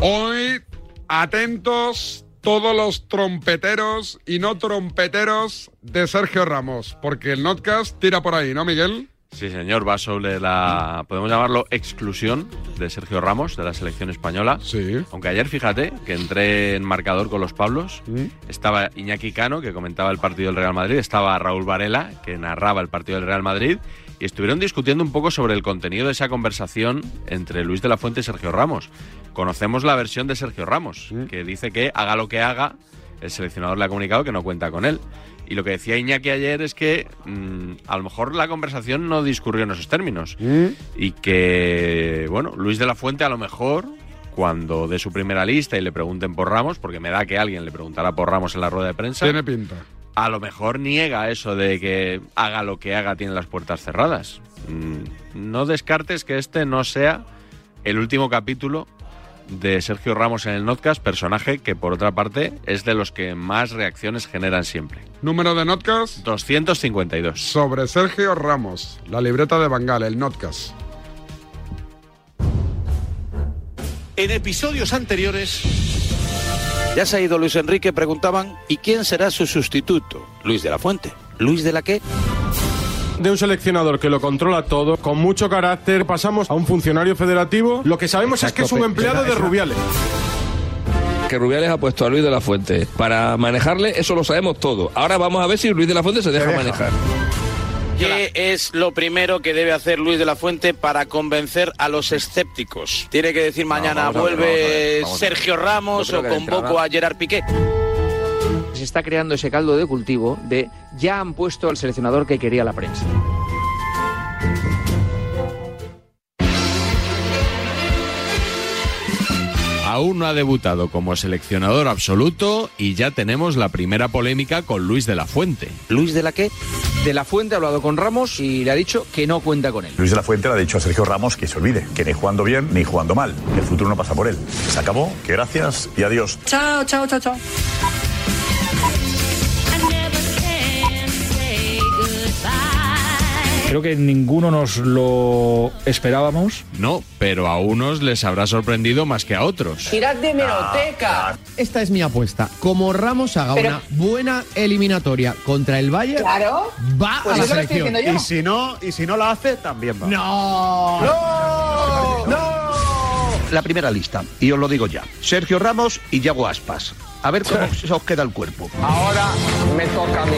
Hoy, atentos todos los trompeteros y no trompeteros de Sergio Ramos, porque el Notcast tira por ahí, ¿no, Miguel? Sí, señor, va sobre la, podemos llamarlo, exclusión de Sergio Ramos de la selección española. Sí. Aunque ayer, fíjate, que entré en marcador con los Pablos, estaba Iñaki Cano, que comentaba el partido del Real Madrid, estaba Raúl Varela, que narraba el partido del Real Madrid, y estuvieron discutiendo un poco sobre el contenido de esa conversación entre Luis de la Fuente y Sergio Ramos. Conocemos la versión de Sergio Ramos, que dice que haga lo que haga, el seleccionador le ha comunicado que no cuenta con él. Y lo que decía Iñaki ayer es que mm, a lo mejor la conversación no discurrió en esos términos. Y que, bueno, Luis de la Fuente a lo mejor, cuando dé su primera lista y le pregunten por Ramos, porque me da que alguien le preguntará por Ramos en la rueda de prensa, Tiene pinta. a lo mejor niega eso de que haga lo que haga, tiene las puertas cerradas. Mm, No descartes que este no sea el último capítulo de Sergio Ramos en el Notcast, personaje que por otra parte es de los que más reacciones generan siempre. Número de Notcast. 252. Sobre Sergio Ramos, la libreta de Bangal, el Notcast. En episodios anteriores. Ya se ha ido Luis Enrique, preguntaban, ¿y quién será su sustituto? Luis de la Fuente. ¿Luis de la qué? de un seleccionador que lo controla todo, con mucho carácter, pasamos a un funcionario federativo. Lo que sabemos es que es un empleado de Rubiales. Que Rubiales ha puesto a Luis de la Fuente para manejarle, eso lo sabemos todo. Ahora vamos a ver si Luis de la Fuente se deja, manejar. ¿Qué es lo primero que debe hacer Luis de la Fuente para convencer a los escépticos? Tiene que decir mañana vamos a ver, vuelve vamos a ver, vamos a ver. Sergio Ramos Yo creo o que decir convoco nada. a Gerard Piqué. Se está creando ese caldo de cultivo de ya han puesto al seleccionador que quería la prensa. Aún no ha debutado como seleccionador absoluto y ya tenemos la primera polémica con Luis de la Fuente. ¿Luis de la qué? De la Fuente ha hablado con Ramos y le ha dicho que no cuenta con él. Luis de la Fuente le ha dicho a Sergio Ramos que se olvide, que ni jugando bien ni jugando mal. El futuro no pasa por él. Se acabó, que gracias y adiós. Chao, chao, chao, chao. Creo que ninguno nos lo esperábamos. No, pero a unos les habrá sorprendido más que a otros. Tirad de meroteca. Ah, Esta es mi apuesta. Como Ramos haga Pero- una buena eliminatoria contra el Valle, Claro. va Pues a la eso lo selección. estoy diciendo yo. Y si no, y si no la hace, también va. No. No. La primera lista, y os lo digo ya. Sergio Ramos y Yago Aspas. A ver cómo se os queda el cuerpo. Ahora me toca a mí.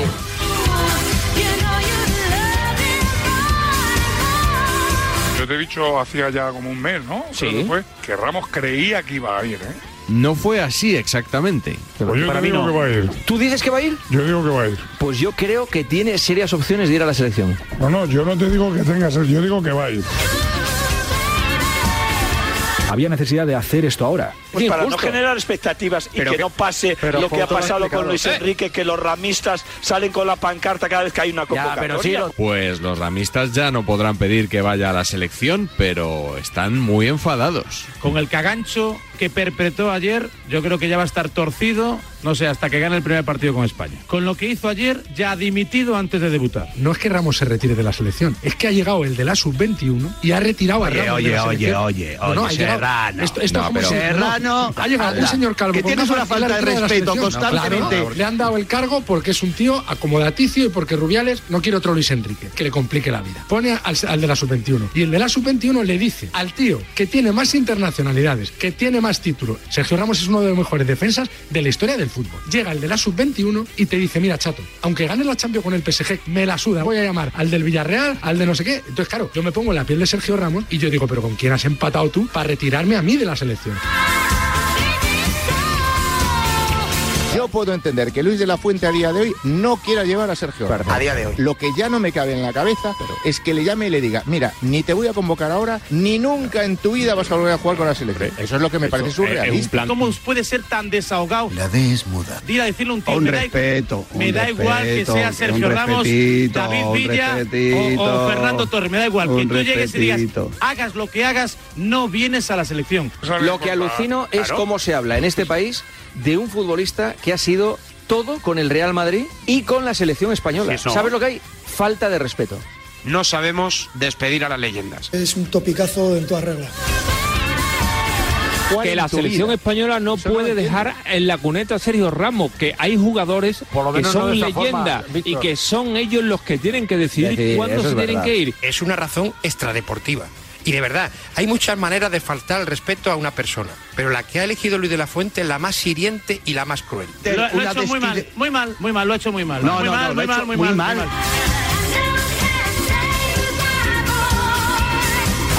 Yo te he dicho hacía ya como un mes, ¿no? Sí. Que, fue, que Ramos creía que iba a ir, ¿eh? No fue así exactamente. Pues yo te digo que va a ir. ¿Tú dices que va a ir? Yo digo que va a ir. Pues yo creo que tiene serias opciones de ir a la selección. No, no, yo no te digo que tengas, yo digo que va a ir. Había necesidad de hacer esto ahora. Pues para no generar expectativas y Pero que, que- no pase pero lo que ha Fouto lo ha pasado con explicado. Luis Eh. Enrique, que los ramistas salen con la pancarta cada vez que hay una convocatoria. Pues los ramistas ya no podrán pedir que vaya a la selección, pero están muy enfadados. Con el cagancho que perpetró ayer, yo creo que ya va a estar torcido No sé, hasta que gane el primer partido con España. Con lo que hizo ayer, ya ha dimitido antes de debutar. No es que Ramos se retire de la selección, es que ha llegado el de la sub-21 y ha retirado Oye, a Ramos. de oye, la oye, selección. oye, No, no, oye, ha llegado- Serrano. Esto, esto No, es como pero- si- Serrano, Ha llegado un anda, señor Calvo. que con tienes una una falta de titular la respeto selección. No, claro, constantemente. Le han dado el cargo porque es un tío acomodaticio y porque Rubiales no quiere otro Luis Enrique, que le complique la vida. Pone al, al de la sub-21 y el de la sub-21 le dice al tío que tiene más internacionalidades, que tiene más títulos. Sergio Ramos es uno de los mejores defensas de la historia del fútbol. Llega el de la sub-21 y te dice, mira chato, aunque gane la Champions con el PSG, me la suda, voy a llamar al del Villarreal, al de no sé qué. Entonces, claro, yo me pongo en la piel de Sergio Ramos y yo digo, pero ¿con quién has empatado tú para retirarme a mí de la selección? Yo puedo entender que Luis de la Fuente a día de hoy no quiera llevar a Sergio. Ramos. A día de hoy. Lo que ya no me cabe en la cabeza es que le llame y le diga, mira, ni te voy a convocar ahora, ni nunca en tu vida vas a volver a jugar con la selección. Eso es lo que me parece eh, surrealista. ¿Cómo puede ser tan desahogado? La D es muda. Ir a decirle a un tío, Un me da- respeto. me un da igual que respeto, sea Sergio un Ramos, respetito, David un Villa o- o, respetito, Fernando Torres, me da igual. Que un tú llegues y digas, respetito. hagas lo que hagas, no vienes a la selección. Lo que alucino es cómo se habla en este país de un futbolista que ha sido todo con el Real Madrid y con la selección española. Sí, eso. ¿Sabes lo que hay? Falta de respeto. No sabemos despedir a las leyendas. Es un topicazo en toda regla. que la en tu selección vida? española no puede dejar en la cuneta a Sergio Ramos, que hay jugadores que menos son no de esa leyenda forma, y Víctor. que son ellos los que tienen que decidir cuándo se tienen que ir. Es una razón extradeportiva. Y de verdad, hay muchas maneras de faltar el respeto a una persona, pero la que ha elegido Luis de la Fuente es la más hiriente y la más cruel. Lo, lo ha hecho muy mal, muy mal, muy mal, lo ha hecho muy mal. No, muy no, mal, no, lo muy ha mal, hecho muy muy mal, mal. muy mal.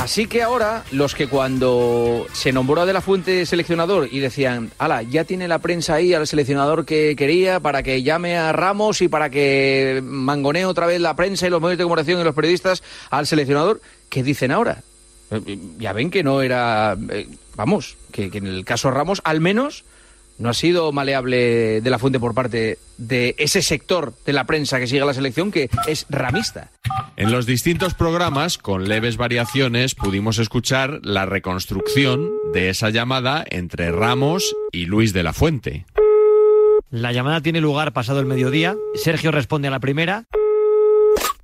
Así que ahora, los que cuando se nombró a De la Fuente seleccionador y decían, ala, ya tiene la prensa ahí al seleccionador que quería para que llame a Ramos y para que mangonee otra vez la prensa y los medios de comunicación y los periodistas al seleccionador, ¿qué dicen ahora? Eh, Ya ven que no era, eh, vamos, que, que en el caso Ramos al menos no ha sido maleable De la Fuente por parte de ese sector de la prensa que sigue a la selección que es ramista. En los distintos programas, con leves variaciones, pudimos escuchar la reconstrucción de esa llamada entre Ramos y Luis de la Fuente. La llamada tiene lugar pasado el mediodía. Sergio responde a la primera.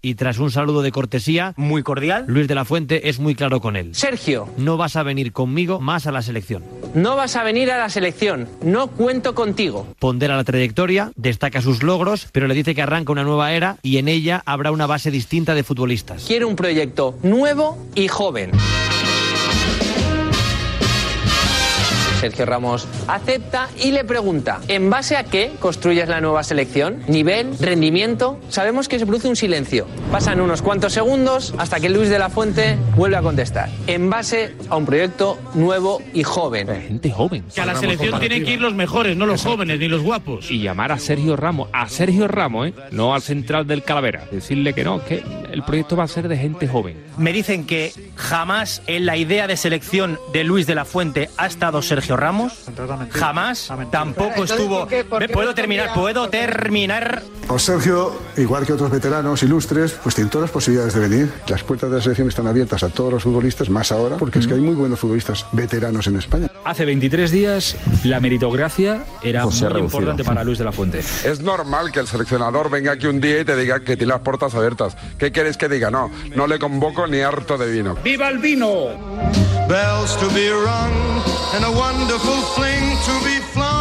Y tras un saludo de cortesía muy cordial, Luis de la Fuente es muy claro con él. Sergio, no vas a venir conmigo más a la selección. No vas a venir a la selección, no cuento contigo. Pondera la trayectoria, destaca sus logros, pero le dice que arranca una nueva era y en ella habrá una base distinta de futbolistas. Quiero un proyecto nuevo y joven. Sergio Ramos acepta y le pregunta, ¿en base a qué construyes la nueva selección? ¿Nivel? ¿Rendimiento? Sabemos que se produce un silencio. Pasan unos cuantos segundos hasta que Luis de la Fuente vuelve a contestar, en base a un proyecto nuevo y joven. Gente joven. Que a la selección tienen que ir los mejores, no los jóvenes ni los guapos. y llamar a Sergio Ramos, a Sergio Ramos, ¿eh? no al central del Calavera. Decirle que no, que el proyecto va a ser de gente joven. Me dicen que jamás en la idea de selección de Luis de la Fuente ha estado Sergio Ramos. Jamás. Tampoco Entonces, estuvo. ¿por qué- por Ve, qué Puedo no terminar, cambia? puedo terminar. Pues Sergio, igual que otros veteranos ilustres, pues tiene todas las posibilidades de venir. Las puertas de la selección están abiertas a todos los futbolistas, más ahora, porque es que hay muy buenos futbolistas veteranos en España. Hace 23 días la meritocracia era Pues se ha muy reducido. importante para Luis de la Fuente. Es normal que el seleccionador venga aquí un día y te diga que tiene las puertas abiertas. ¿Qué quieres que diga? No, no le convoco ni harto de vino. ¡Viva el vino! Bells to be rung and a wonderful fling to be flung.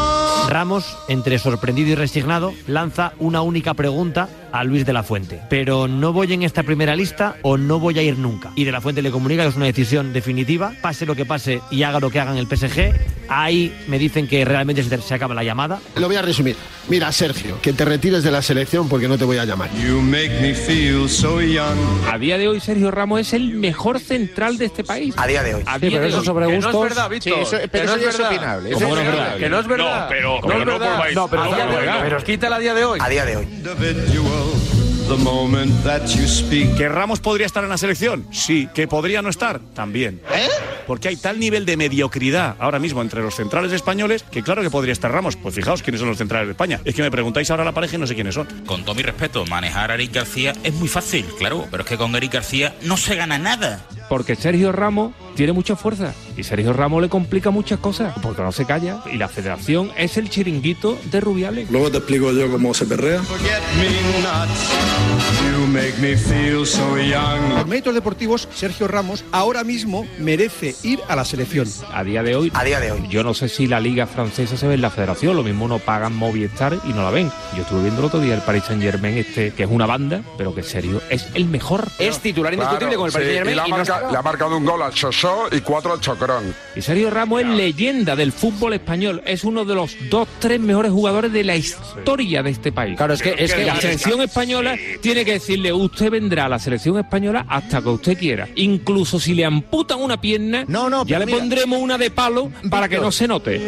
Ramos, entre sorprendido y resignado, lanza una única pregunta a Luis de la Fuente. Pero no voy en esta primera lista o no voy a ir nunca. Y de la Fuente le comunica que es una decisión definitiva. Pase lo que pase y haga lo que hagan el PSG. Ahí me dicen que realmente se se acaba la llamada. Lo voy a resumir. Mira, Sergio, que te retires de la selección porque no te voy a llamar. You make me feel so young. A día de hoy Sergio Ramos es el mejor central de este país. A día de hoy. Sí, pero eso sobre Que no gustos- es verdad, Víctor. Sí, eso- que pero no eso ya es es verdad. opinable, ¿Cómo eso no ya es es verdad? opinable. Que no es No, verdad. pero- Que no pero Ah, es no verdad. volváis No, pero a no, día de hoy. Pero os quita la día de hoy. A día de hoy. Individual, the moment that you speak. ¿Que Ramos podría estar en la selección? Sí. ¿Que podría no estar? También. ¿Eh? Porque hay tal nivel de mediocridad ahora mismo entre los centrales españoles que claro que podría estar Ramos. Pues fijaos quiénes son los centrales de España. Es que me preguntáis ahora la pareja y no sé quiénes son. Con todo mi respeto, manejar a Eric García es muy fácil, claro, pero es que con Eric García no se gana nada. Porque Sergio Ramos tiene mucha fuerza y Sergio Ramos le complica muchas cosas porque no se calla y la federación es el chiringuito de Rubiales. Luego te explico yo cómo se perrea. Por méritos deportivos, Sergio Ramos ahora mismo merece ir a la selección. A día de hoy, A día de hoy. yo no sé si la liga francesa se ve en la federación, lo mismo no pagan Movistar y no la ven. Yo estuve viendo el otro día el Paris Saint Germain este, que es una banda, pero que Sergio es el mejor. Es titular indiscutible con el Paris Saint-Germain le, ha y no marca- está- le ha marcado un gol al Sosó y cuatro al Chocrón. Y Sergio Ramos es leyenda del fútbol español. Es uno de los dos, tres mejores jugadores de la historia de este país. Claro, es que- es que- la selección española tiene que decirle: Usted vendrá a la selección española hasta que usted quiera. Incluso si le amputan una pierna, ya le mira. pondremos una de palo para que no se note.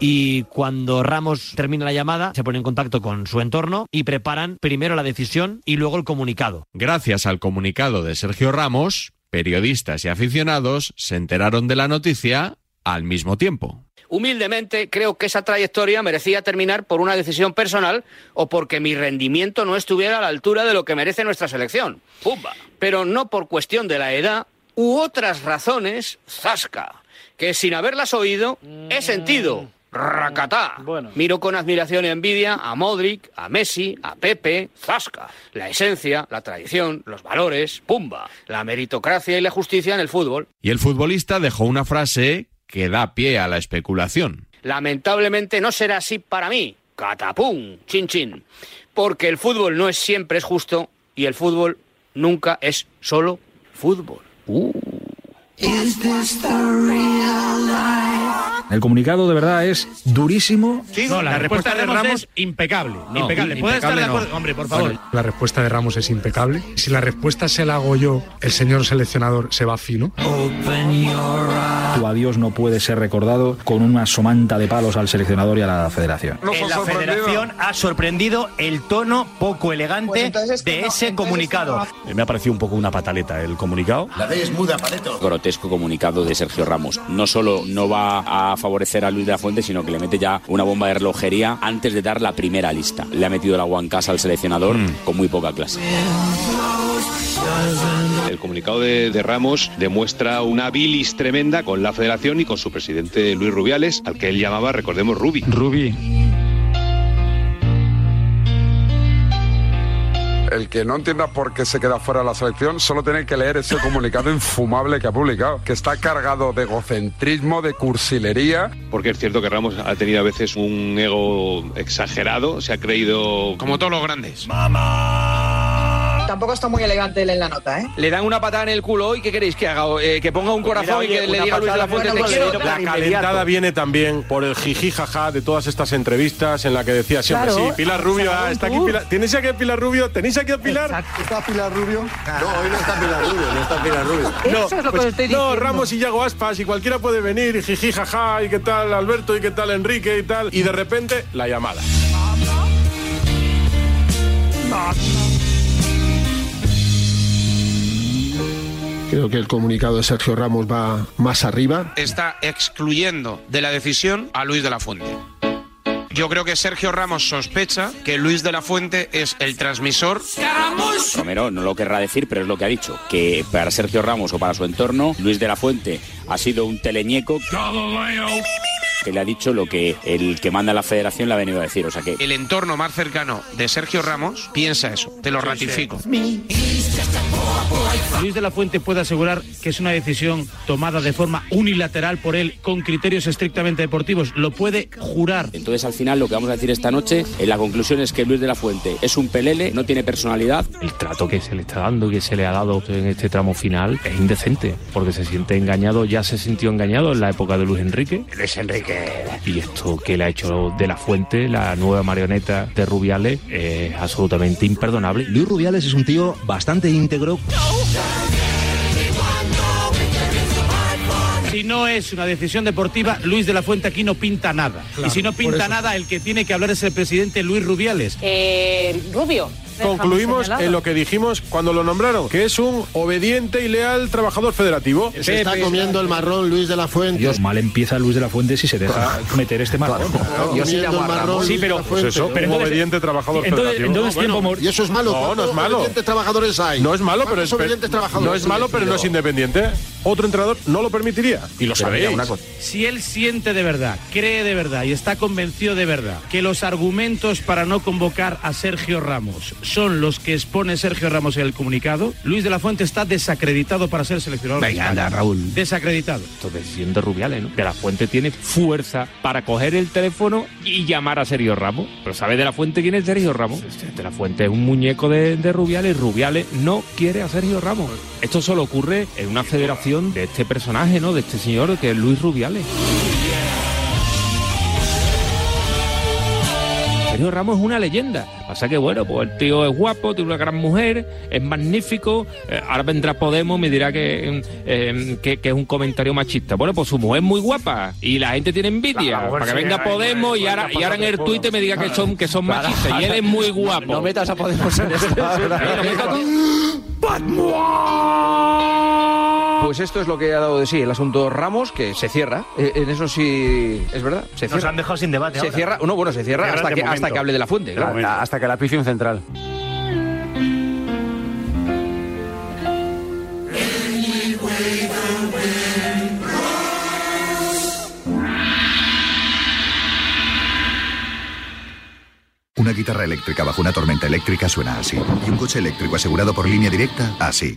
Y cuando Ramos termina la llamada, se pone en contacto con su entorno y preparan primero la decisión y luego el comunicado. Gracias al comunicado de Sergio Ramos, periodistas y aficionados se enteraron de la noticia al mismo tiempo. Humildemente, creo que esa trayectoria merecía terminar por una decisión personal o porque mi rendimiento no estuviera a la altura de lo que merece nuestra selección. ¡Pumba! Pero no por cuestión de la edad u otras razones, zasca, que sin haberlas oído he sentido. Racatá. Miro con admiración y envidia a Modric, a Messi, a Pepe, Zasca. La esencia, la tradición, los valores, pumba. La meritocracia y la justicia en el fútbol. Y el futbolista dejó una frase que da pie a la especulación. Lamentablemente no será así para mí. Catapum, chin chin. Porque el fútbol no es siempre es justo y el fútbol nunca es solo fútbol. Uh. Is this the real life? El comunicado de verdad es durísimo. No, la, respuesta, de Ramos es impecable. impecable. Puedes estar de impecable no. acuerdo. Hombre, por favor. Bueno, Ah. la respuesta de Ramos es impecable. Si la respuesta se la hago yo, el señor seleccionador se va fino. Tu adiós no puede ser recordado con una somanta de palos al seleccionador y a la federación. en la federación ha sorprendido el tono poco elegante Pues de ese comunicado. Eh, Me ha parecido un poco una pataleta el comunicado. La ley es muda, paleto. Grotesco comunicado de Sergio Ramos. No solo no va a favorecer a Luis de la Fuente, sino que le mete ya una bomba de relojería antes de dar la primera lista. Le ha metido la guancasa al seleccionador Mm. con muy poca clase. El comunicado de, de Ramos demuestra una bilis tremenda con la federación y con su presidente Luis Rubiales, al que él llamaba, recordemos, Rubi. Rubi. El que no entienda por qué se queda fuera de la selección solo tiene que leer ese comunicado infumable que ha publicado, que está cargado de egocentrismo, de cursilería. Porque es cierto que Ramos ha tenido a veces un ego exagerado, se ha creído... Como todos los grandes. Tampoco está muy elegante él en la nota, ¿eh? Le dan una patada en el culo hoy, ¿qué queréis que haga? Eh, que ponga un corazón Pues Mira, oye, y que le una diga a Luis de la pasada, Fuente, bueno, te quiero. La calentada viene también por el jiji jaja de todas estas entrevistas en la que decía siempre, Claro. sí, Pilar Rubio, Salud ah, está tú. aquí Pilar, tenéis aquí a Pilar Rubio, tenéis aquí a Pilar. ¿Está Pilar Rubio? No, hoy no está Pilar Rubio, no está Pilar Rubio. Eso es lo que os estoy No, diciendo. Ramos y Yago Aspas y cualquiera puede venir, y jiji jaja, y qué tal Alberto, y qué tal Enrique, y tal, y de repente la llamada. Creo que el comunicado de Sergio Ramos va más arriba. está excluyendo de la decisión a Luis de la Fuente. Yo creo que Sergio Ramos sospecha que Luis de la Fuente es el transmisor. Romero no lo querrá decir, pero es lo que ha dicho. Que para Sergio Ramos o para su entorno, Luis de la Fuente ha sido un teleñeco que le ha dicho lo que el que manda la federación le ha venido a decir. O sea que El entorno más cercano de Sergio Ramos piensa eso. Te lo ratifico. Luis de la Fuente puede asegurar que es una decisión tomada de forma unilateral por él con criterios estrictamente deportivos. Lo puede jurar. Entonces al final lo que vamos a decir esta noche, eh, la conclusión es que Luis de la Fuente es un pelele, no tiene personalidad. El trato que se le está dando y que se le ha dado en este tramo final es indecente, porque se siente engañado, ya se sintió engañado en la época de Luis Enrique. Luis Enrique. Y esto que le ha hecho de la fuente, la nueva marioneta de Rubiales, es absolutamente imperdonable. Luis Rubiales es un tío bastante íntegro. Si no es una decisión deportiva, Luis de la Fuente aquí no pinta nada. Claro, y si no por pinta eso. nada, el que tiene que hablar es el presidente Luis Rubiales. Eh, Rubio, concluimos señalado. en lo que dijimos cuando lo nombraron, que es un obediente y leal trabajador federativo. Se está comiendo el marrón Luis de la Fuente. Ah. Dios, mal empieza Luis de la Fuente si se deja meter este marrón. Yo sí llamo a Ramón Sí, Luis pero de la Fuente. Pues eso, Pero un entonces- obediente trabajador entonces- federativo. entonces tiempo mor- Y eso es malo. No, no es ¿Cuántos malo. obedientes trabajadores hay? No es malo, pero ¿Cuántos es obedientes trabajadores no es malo, pero no es independiente. Otro entrenador no lo permitiría y lo sabéis. Si él siente de verdad, cree de verdad y está convencido de verdad que los argumentos para no convocar a Sergio Ramos son los que expone Sergio Ramos en el comunicado, Luis de la Fuente está desacreditado para ser seleccionador. de Venga, España. anda, Raúl. Desacreditado. Entonces, siendo Rubiales, ¿no? De la Fuente tiene fuerza para coger el teléfono y llamar a Sergio Ramos. Pero ¿sabe De la Fuente quién es Sergio Ramos? De la Fuente es un muñeco de, de Rubiales. Rubiales no quiere a Sergio Ramos. Esto solo ocurre en una federación de este personaje, ¿no? De este señor que es Luis Rubiales. Sergio Ramos es una leyenda. Pasa que, bueno, pues el tío es guapo, tiene una gran mujer, es magnífico. eh, ahora vendrá Podemos y me dirá que, mm, eh, que, que es un comentario machista. Bueno, pues su mujer es muy guapa y la gente tiene envidia. La mujer para que sí, venga ay, Podemos ay, y ahora, ay, y ahora en el ay, tuit me diga que son, que son Para- machistas. Y él es muy guapo. No metas a Podemos en <laughs> esto. Pues esto es lo que ha dado de sí el asunto Ramos, que se cierra. Eh, En eso sí es verdad. Se Nos cierra. han dejado sin debate Se ahora. cierra. No, bueno, se cierra Cierra hasta de que, hasta momento. que hable de la fuente. De claro. momento. Hasta que la pise un central. Una guitarra eléctrica bajo una tormenta eléctrica suena así. Y un coche eléctrico asegurado por línea directa, así.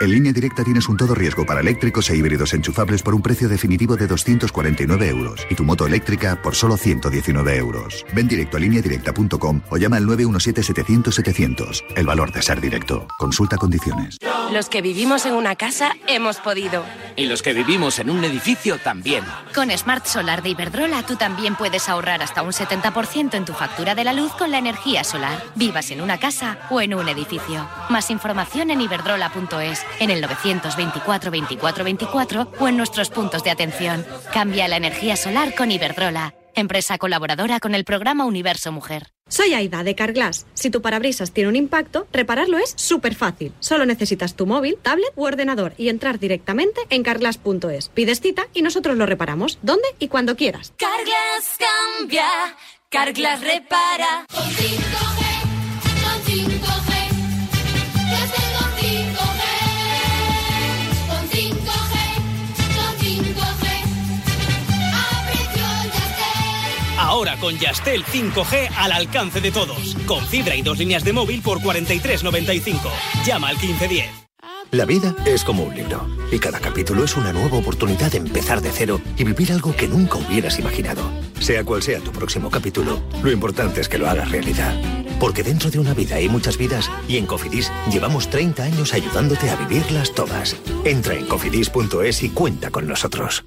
En línea directa tienes un todo riesgo para eléctricos e híbridos enchufables por un precio definitivo de 249 euros y tu moto eléctrica por solo 119 euros. Ven directo a lineadirecta.com o llama al 917-700-700. El valor de ser directo. Consulta condiciones. Los que vivimos en una casa hemos podido. Y los que vivimos en un edificio también. Con Smart Solar de Iberdrola tú también puedes ahorrar hasta un 70% en tu factura de la luz con la energía solar, vivas en una casa o en un edificio. Más información en iberdrola.es, en el 924 24 24 o en nuestros puntos de atención. Cambia la energía solar con Iberdrola, empresa colaboradora con el programa Universo Mujer. Soy Aida de Carglass. Si tu parabrisas tiene un impacto, repararlo es súper fácil. Solo necesitas tu móvil, tablet u ordenador y entrar directamente en carglass.es. Pides cita y nosotros lo reparamos donde y cuando quieras. Carglass cambia, Carglass repara. Con 5G, yo tengo 5G. Con 5G, con 5G, a precios de Ahora con Yastel 5G al alcance de todos. Con fibra y dos líneas de móvil por 43.95. Llama al 1510. La vida es como un libro y cada capítulo es una nueva oportunidad de empezar de cero y vivir algo que nunca hubieras imaginado. Sea cual sea tu próximo capítulo, lo importante es que lo hagas realidad. Porque dentro de una vida hay muchas vidas y en Cofidis llevamos 30 años ayudándote a vivirlas todas. Entra en cofidis.es y cuenta con nosotros.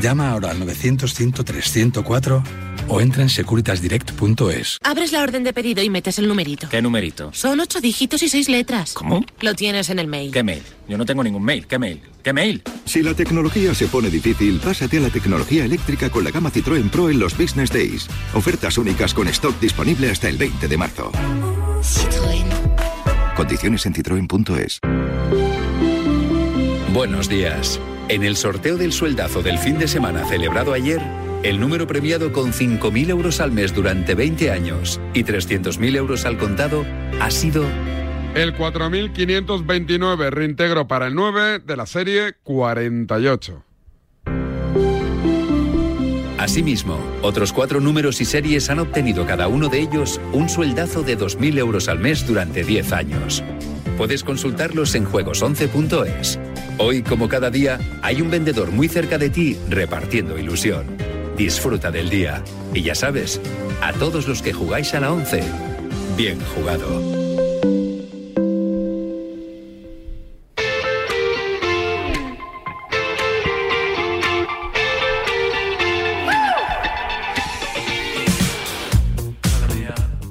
Llama ahora al 900-103-104 o entra en securitasdirect.es. Abres la orden de pedido y metes el numerito. ¿Qué numerito? Son ocho dígitos y seis letras. ¿Cómo? Lo tienes en el mail. ¿Qué mail? Yo no tengo ningún mail. ¿Qué mail? ¿Qué mail? Si la tecnología se pone difícil, pásate a la tecnología eléctrica con la gama Citroën Pro en los Business Days. Ofertas únicas con stock disponible hasta el 20 de marzo. Condiciones en e. citroen.es. Buenos días. En el sorteo del sueldazo del fin de semana celebrado ayer, El número premiado con 5.000 euros al mes durante 20 años y 300.000 euros al contado ha sido El 4529, reintegro para el 9 de la serie 48. Asimismo, otros cuatro números y series han obtenido cada uno de ellos un sueldazo de 2.000 euros al mes durante 10 años. Puedes consultarlos en juegos11.es. Hoy, como cada día, hay un vendedor muy cerca de ti repartiendo ilusión. Disfruta del día. Y ya sabes, a todos los que jugáis a la 11, bien jugado.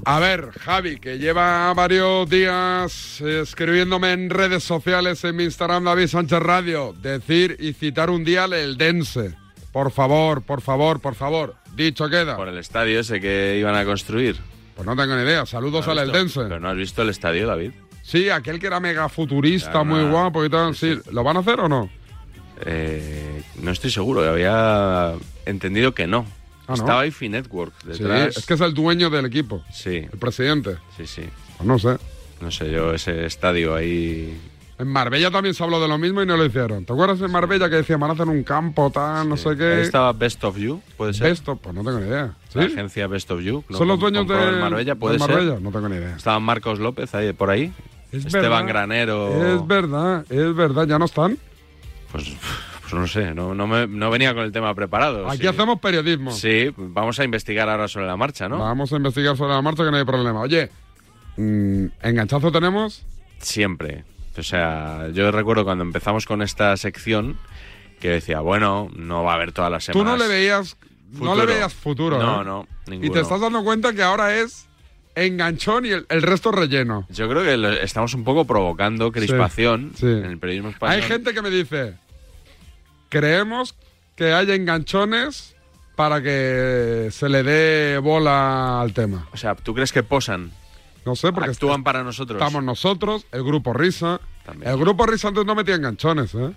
A ver, Javi, que lleva varios días escribiéndome en redes sociales, en mi Instagram, David Sánchez Radio, decir y citar un día el Dense. Por favor, por favor, por favor. Dicho queda. Por el estadio ese que iban a construir. Pues no tengo ni idea. Saludos al Eldense. Pero no has visto el estadio, David. Sí, aquel que era mega futurista, Era muy una- guapo y tal. Sí, ¿lo van a hacer o no? Eh, no estoy seguro, había entendido que no. Ah, ¿no? Estaba IFI Network Sí, detrás. es que es el dueño del equipo, Sí, el presidente. sí, sí. Pues no sé. No sé yo, ese estadio ahí. En Marbella también se habló de lo mismo y no lo hicieron. ¿Te acuerdas en Marbella que decían van a hacer un campo, tal, no sé qué? Ahí estaba Best of You, puede ser. Eh, Best of- pues no tengo ni idea. La agencia Best of You. lo ¿Son los com- dueños de, compró el Marbella, puede de Marbella? ser. No tengo ni idea. Estaba Marcos López ahí, por ahí. Es Esteban verdad, Granero. Es verdad, es verdad, ya no están. Pues no sé, no, no, me- no venía con el tema preparado. Aquí sí. hacemos periodismo. Sí, vamos a investigar ahora sobre la marcha, ¿no? Vamos a investigar sobre la marcha que no hay problema. Oye, mm, ¿enganchazo tenemos? Siempre. O sea, yo recuerdo cuando empezamos con esta sección que decía, bueno, no va a haber todas las Tú semanas. no le veías no le Futuro. veías futuro. No, ¿eh? no, Y ninguno. te estás dando cuenta que ahora es enganchón y el, el resto relleno. Yo creo que lo- estamos un poco provocando crispación en el periodismo español. Hay gente que me dice, creemos que hay enganchones para que se le dé bola al tema. O sea, ¿tú crees que posan? No sé, porque Actúan para nosotros. estamos nosotros, el grupo Risa. El grupo Risa antes no metía enganchones, ¿eh?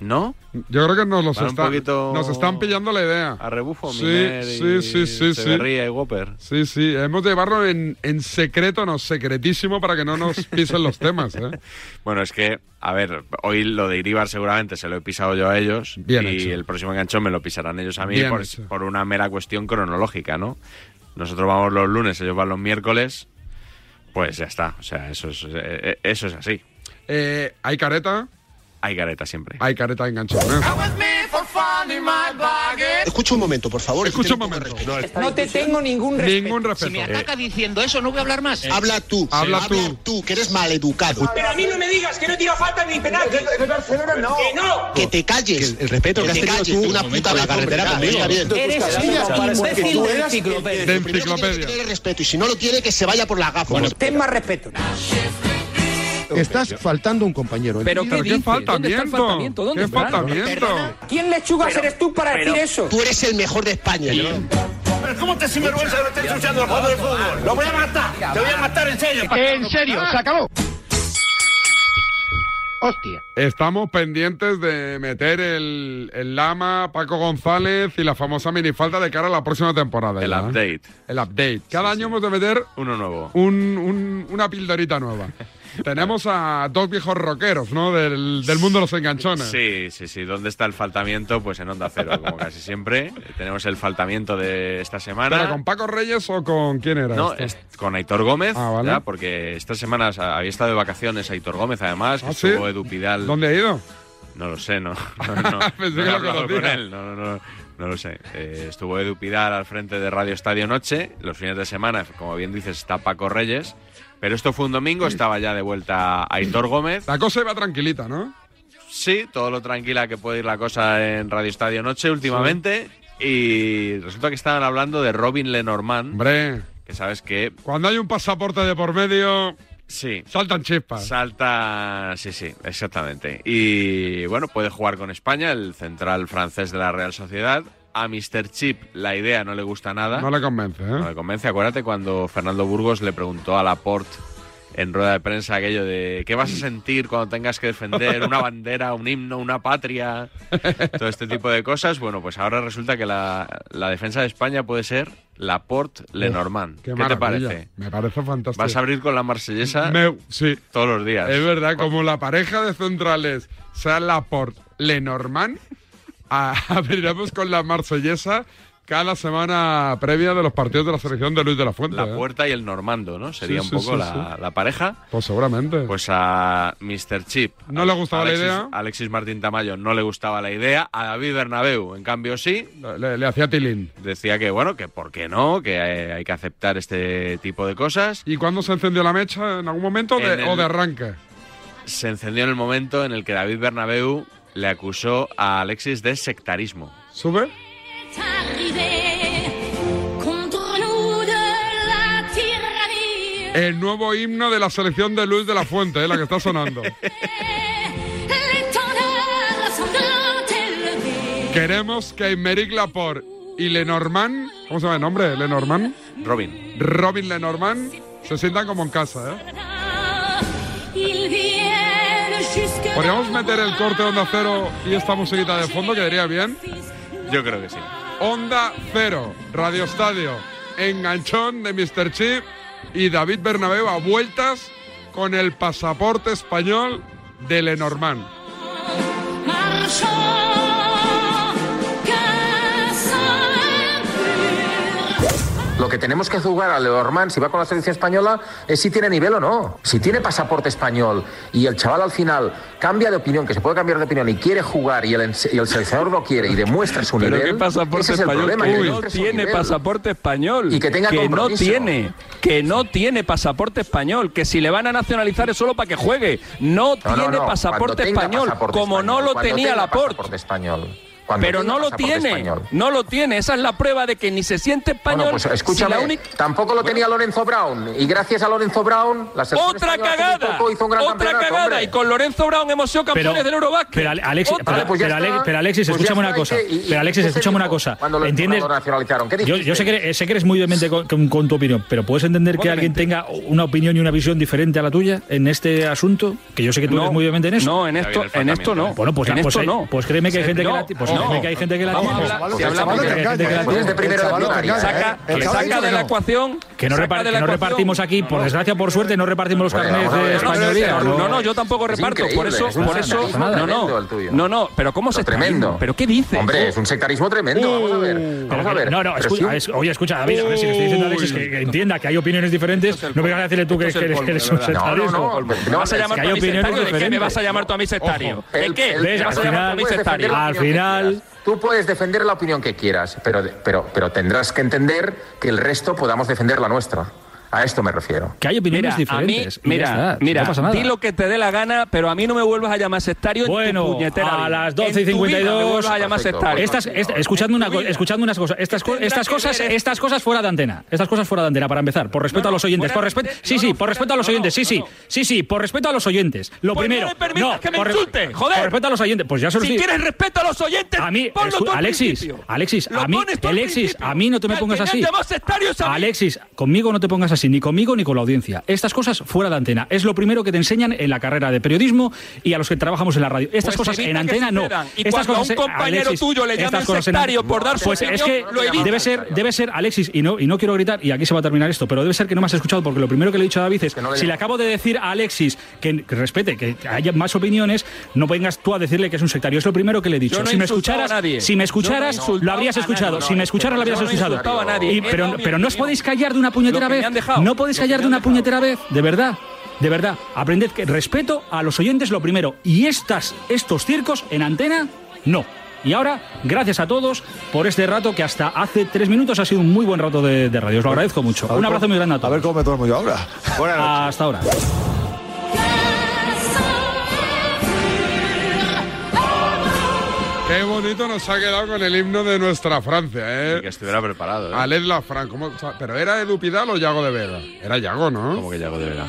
¿No? Yo creo que nos los Van un están- poquito nos están pillando la idea. A rebufo, Sí, Miner sí, y sí, sí, sí. Echeverría y Whopper. Sí, sí, hemos de llevarlo en, en secreto, no, secretísimo para que no nos pisen los temas, ¿eh? Bueno, es que, a ver, hoy lo de Iribar seguramente se lo he pisado yo a ellos Bien y hecho. el próximo enganchón me lo pisarán ellos a mí Bien por, hecho. por una mera cuestión cronológica, ¿no? Nosotros vamos los lunes, ellos van los miércoles, pues ya está, o sea, eso es, eh, eh, eso es así. Eh, ¿Hay careta? Hay careta siempre. Hay careta de enganchones. Escucha un momento, por favor. Escucha un momento. No te tengo ningún respeto. Ningún respeto. Si me ataca diciendo eso, no voy a hablar más. Habla tú, Habla habla tú. tú, que eres maleducado. Pero a mí no me digas que no tira falta ni penal. no. Que no. Que te calles. el respeto este que, te calles. una puta en la carretera conmigo. Eres un imbécil este de enciclopedia. De enciclopedia. Tiene respeto y si no lo tiene que se vaya por la gafa. ten más respeto. Estás faltando un compañero. ¿eh? ¿Pero qué dices? ¿Dónde está el faltamiento? ¿Dónde está? Perdona, ¿Quién lechugas eres tú para decir eso? Tú eres el mejor de España. ¿Cómo te sinvergüenza que lo estés ensuciando el juego de fútbol? ¡Lo voy a matar! ¡Te voy a matar en serio! En serio, se acabó. Hostia. Estamos pendientes de meter el, el Lama, Paco González y la famosa minifalda de cara a la próxima temporada. El ya, ¿eh? update. El update. Cada año hemos de meter Uno nuevo. un- un- una <laughs> pildorita nueva. Tenemos a dos viejos rockeros, ¿no? Del, del mundo de los enganchones. Sí, sí, sí. ¿Dónde está el faltamiento? Pues en Onda Cero, como casi siempre. <laughs> Tenemos el faltamiento de esta semana. ¿Pero con Paco Reyes o con quién era? este? No, esto? es con Aitor Gómez, Ah, vale. ya, porque estas semanas había estado de vacaciones Aitor Gómez, además, que ¿Ah, sí? estuvo Edu Pidal. ¿Dónde ha ido? No lo <laughs> sé, no. No, no, Pensé no que he lo hablado con conocía. él, no, no, no, no lo sé. Eh, estuvo Edu Pidal al frente de Radio Estadio Noche. Los fines de semana, como bien dices, está Paco Reyes. Pero esto fue un domingo, estaba ya de vuelta Aitor Gómez. La cosa iba tranquilita, ¿no? Sí, todo lo tranquila que puede ir la cosa en Radio Estadio Noche últimamente. Y resulta que estaban hablando de Robin Lenormand. Hombre. Que sabes que Cuando hay un pasaporte de por medio, Sí. saltan chispas. Salta, sí, sí, exactamente. Y bueno, puede jugar con España, el central francés de la Real Sociedad. A Mr. Chip la idea no le gusta nada. No le convence, ¿eh? No le convence. Acuérdate cuando Fernando Burgos le preguntó a Laporte en rueda de prensa aquello de ¿qué vas a sentir cuando tengas que defender una bandera, un himno, una <laughs> patria? Todo este tipo de cosas. Bueno, pues ahora resulta que la, la defensa de España puede ser Laporte Lenormand. ¿Qué, te maravilla. parece? Me parece fantástico. Vas a abrir con la marsellesa Me- sí. todos los días. Es verdad, como la pareja de centrales sea Laporte Lenormand, a- abriremos con la marsellesa cada semana previa de los partidos de la selección de Luis de la Fuente. La ¿eh? puerta y el normando, ¿no? Sería Sí, un sí, poco sí, la, sí. la pareja. Pues seguramente. Pues a Mr. Chip. No le gustaba la Alexis, idea. Alexis Martín Tamayo no le gustaba la idea. A David Bernabeu, en cambio, sí. Le, le hacía tilín. Decía que, bueno, que por qué no, que eh, hay que aceptar este tipo de cosas. ¿Y cuándo se encendió la mecha? ¿En algún momento o de- En el- o de arranque? Se encendió en el momento en el que David Bernabeu le acusó a Alexis de sectarismo. ¿Sube? Contre nous de la tyrannie. El nuevo himno de la selección de Luis de la Fuente, ¿eh? la que está sonando. L'étendard sanglant élevé. Queremos que Aymeric Laporte y Lenormand, ¿cómo se llama el nombre? Lenormand. Robin. Robin Lenormand se sientan como en casa, ¿eh? Ils viennent jusque Podríamos meter el corte Onda Cero y esta musiquita de fondo, quedaría bien. Yo creo que sí. Onda Cero, Radio Estadio, enganchón de Mr. Chip y David Bernabeu a vueltas con el pasaporte español de Lenormand. marchant. Qu'un seul Lo que tenemos que jugar a Leormán, si va con la selección española, es si tiene nivel o no. Si tiene pasaporte español y el chaval al final cambia de opinión, que se puede cambiar de opinión y quiere jugar y el, ens- y el seleccionador no quiere y demuestra su Pero nivel. qué pasaporte ese es el español problema, que que no demuestre su tiene nivel. pasaporte español Y que tenga no compromiso. tiene que no tiene pasaporte español que si le van a nacionalizar es solo para que juegue No, no, no, tiene no, cuando pasaporte tenga español pasaporte como no español, lo cuando tenía tenga Laporte pasaporte español. Cuando pero tenga no lo pasaporte tiene español. no lo tiene esa es la prueba de que ni se siente español Bueno, pues si la escúchame, única- tampoco lo Bueno. tenía Lorenzo Brown. Y gracias a Lorenzo Brown, la selección otra española hace muy cagada poco hizo un gran otra campeonato, cagada hombre. y con Lorenzo Brown hemos sido campeones del Eurobasket pero Ale- Alexis, Otra. pero, pues ya pero está. Ale- pero Alexis, Pues ya escúchame está, una cosa. ¿y qué- y- pero y Alexis, qué se escúchame una dijo cosa. cuando los ¿Entiendes? entrenadores nacionalizaron? ¿Qué Yo, dijiste? yo sé, que eres, sé que eres muy vehemente con, con- con tu opinión, pero ¿puedes entender que alguien tenga una opinión y una visión diferente a la tuya en este asunto? Que yo sé que tú No, eres muy vehemente en eso. no, en esto- Está bien el en esto no. Bueno, pues, En pues esto hay- no. pues créeme que hay gente que la No, tiene. Pues no. créeme que hay gente que la Vamos tiene. a hablar- Pues si hablamos de créeme que hay gente calle, que la pues tiene. es de primero de primaria, ¿eh? Saca- El que cabrón saca dice de que la no. ecuación. Que no, Saca de la repar- que no ecuación. repartimos aquí, por desgracia o por suerte, no repartimos los carnets de españolía. No, no, yo tampoco reparto. Por increíble, eso, es un por eso. sectarismo No, tremendo no. el tuyo. No, no, pero ¿cómo se Tremendo. ¿Pero qué dices? Hombre, es un sectarismo tremendo. Vamos a ver. Vamos a ver. Uh, No, no, Pero escucha, sí. es- oye, escucha, David, a ver si le estoy diciendo a Alexis que, que entienda que hay opiniones diferentes. no vengas a decirle tú que, Esto es el que colmo, eres de un verdad. sectarismo. No, no, no, me vas a Es llamar que hay tú a mí opiniones sectario, ¿de qué me diferentes. vas a llamar tú a mí sectario? ¿De El- qué? el- ¿Ves? al Vas a llamar final- tú a mí puedes defender sectario. la Al opinión que final- quieras. Tú puedes defender la opinión que quieras, pero, pero, pero tendrás que entender que el resto podamos defender la nuestra. A esto me refiero. Que hay opiniones Mira, a mí, diferentes. y ya mira, está, mira, no pasa nada. di lo que te dé la gana, pero a mí no me vuelvas a llamar sectario en tu Bueno, puñetera a vida. las 12 y En tu vida me 52. vuelvas a llamar sectario. Estas, est- escuchadme, una, co- escuchadme unas cosas. Estas, co- estas, cosas estas cosas fuera de antena. Estas cosas fuera de antena, para empezar. Por respeto a los oyentes. Por respeto. Sí, sí, por respeto a los oyentes. Sí, sí. Sí, sí, por respeto a los oyentes. Pues Lo no primero. le permitas que me por re- insultes, joder. Por respeto a los oyentes. Pues ya se los Si digo. quieres respeto a los oyentes, A mí, ponlo escu- tú al Alexis, principio. Alexis, Lo a mí, pones tú al Alexis, a mí no te me al pongas que me así. han llamado sectario es a mí. Alexis, conmigo no te pongas así, ni conmigo ni con la audiencia. Estas cosas fuera de antena. Es lo primero que te enseñan en la carrera de periodismo y a los que trabajamos en la radio. Estas Pues cosas evita en que antena no. sucedan. Y Estas cuando a un cosas, compañero tuyo le estas llamen cosas en- sectario por dar su Pues es que opinión, lo evita. debe ser, debe ser, Alexis, y no, y no quiero gritar, y aquí se va a terminar esto, pero debe ser que no me has escuchado porque lo primero que le he dicho a David es, le si le llamo. acabo de decir a Alexis que que respete, que haya más opiniones, no vengas tú a decirle que es un sectario. Es lo primero que le he dicho. Yo no si, he me insultado escucharas, a nadie. si me escucharas, Yo no he insultado lo habrías a nadie. escuchado. No, si me no, escucharas, lo habrías yo no he escuchado. insultado a nadie. Y- He pero, dado mi pero no os podéis callar de una puñetera Lo que vez. me han dejado. No podéis Lo que callar me de han una puñetera vez. De verdad. De verdad. Aprended que respeto a los oyentes lo primero. Y estas, estos circos en antena, no. Y ahora, gracias a todos por este rato que hasta hace tres minutos ha sido un muy buen rato de, de radio. Os lo agradezco mucho. ver Un abrazo cómo- muy grande a todos. A ver cómo me tomo yo ahora. Hasta ahora. Qué bonito nos ha quedado con el himno de nuestra Francia, ¿eh? que estuviera preparado, ¿eh? Aled Lafran, ¿cómo? O sea, ¿pero era Edu Pidal o Yago de Vega? Era Yago, ¿no? ¿Cómo que Yago de Vega?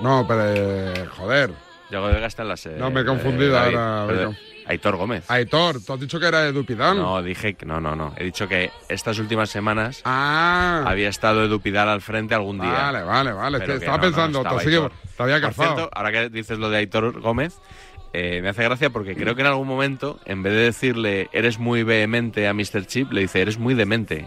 No, pero... eh, joder. Yago Vega está en la sede. No, me he confundido David, ahora, perdón. Beto. Aitor Gómez. Aitor, tú has dicho que era Edu Pidal. No, dije que no, no, no. He dicho que estas últimas semanas Ah. había estado Edu Pidal al frente algún día. Vale, vale, vale. Pero Te- que estaba no, no, pensando, estaba te, sigue- Aitor. te había Por cazado. cierto, ahora que dices lo de Aitor Gómez, eh, me hace gracia porque creo que en algún momento, en vez de decirle eres muy vehemente a Mr. Chip, le dice eres muy demente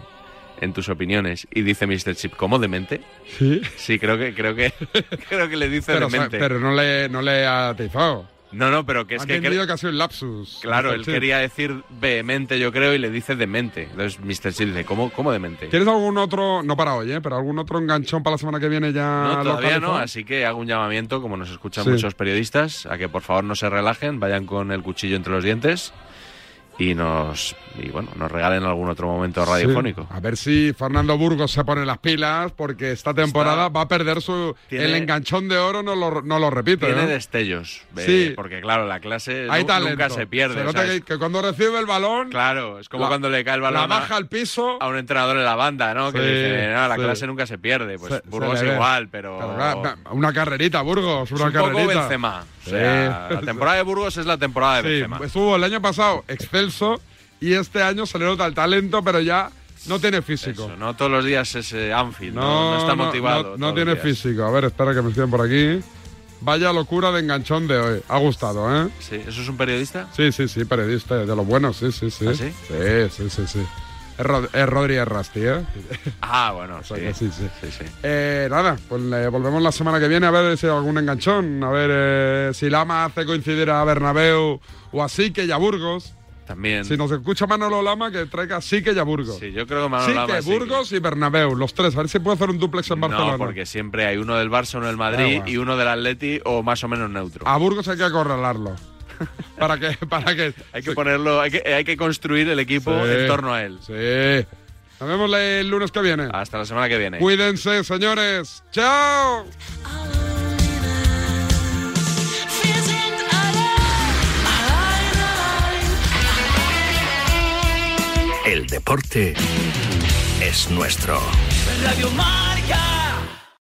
en tus opiniones. Y dice Mr. Chip, ¿cómo demente? Sí. Sí, creo que, creo que, <laughs> creo que le dice Pero, o sea, demente. pero no le, no le ha atizado. No, no, pero que es ha que entendido cre- que ha sido un lapsus. Claro, Mr. él Chip. quería decir vehemente, yo creo, y le dice demente. Entonces Mr. Chip dice, ¿cómo, cómo demente? ¿Tienes algún otro, no para hoy, eh, pero algún otro enganchón para la semana que viene ya? No, todavía localizado? no, así que hago un llamamiento, como nos escuchan Sí. muchos periodistas, a que por favor no se relajen, vayan con el cuchillo entre los dientes y nos y bueno, nos regalen algún otro momento Sí. Ah, radiofónico. A ver si Fernando Burgos se pone las pilas, porque esta temporada va a perder su. Tiene- el enganchón de oro, no lo, no lo repite. Tiene ¿no? destellos, eh, Sí. porque claro, la clase Hay nu- talento. nunca se pierde. Se o nota sea, es- que, que cuando recibe el balón. Claro, es como la- cuando le cae el balón la a- baja al piso. a un entrenador en la banda, ¿no? Que Sí, dice, "No, la sí. clase nunca se pierde. Pues Se- se Burgos le ve. igual, pero... Pero claro, Una carrerita, Burgos, Oh. es una un poco carrerita. Benzema. O Sí. sea, <laughs> la temporada de Burgos es la temporada de Sí, pues- Benzema. estuvo el año pasado excelso y este año se le nota el talento, pero ya no tiene físico. Eso, no todos los días es eh, Anfield, no, no está motivado. no- todos No, los tiene días. físico. A ver, espera que me escriben por aquí. Vaya locura de enganchón de hoy. Ha gustado, ¿eh? Sí, ¿Eso es un periodista? Sí, sí, sí, periodista, de los buenos, sí, sí, sí. ¿Ah, sí? Sí, sí, sí, sí. Es, Rod- es Rodri Errasti, ¿eh? Ah, <laughs> bueno, sí. que sí, sí. sí, sí. Eh, nada, pues le volvemos la semana que viene a ver si hay algún enganchón, a ver eh, si Lama hace coincidir a Bernabéu o a Sique y a Burgos. También. Si nos escucha Manolo Lama, que traiga Sique y a Burgos. Sí, yo creo que Manolo Lama sí. Sique, Burgos y Bernabéu, los tres. A ver si puede hacer un duplex en Barcelona. No, porque siempre hay uno del Barça, uno del Madrid Ah, bueno. y uno del Atleti o más o menos neutro. A Burgos hay que acorralarlo. ¿Para que <laughs> ¿Para que Hay que ponerlo, hay que, eh, hay que construir el equipo Sí. en torno a él. Sí. Nos vemos el lunes que viene. Hasta la semana que viene. Cuídense, señores. ¡Chao! El deporte es nuestro. Radio Marca.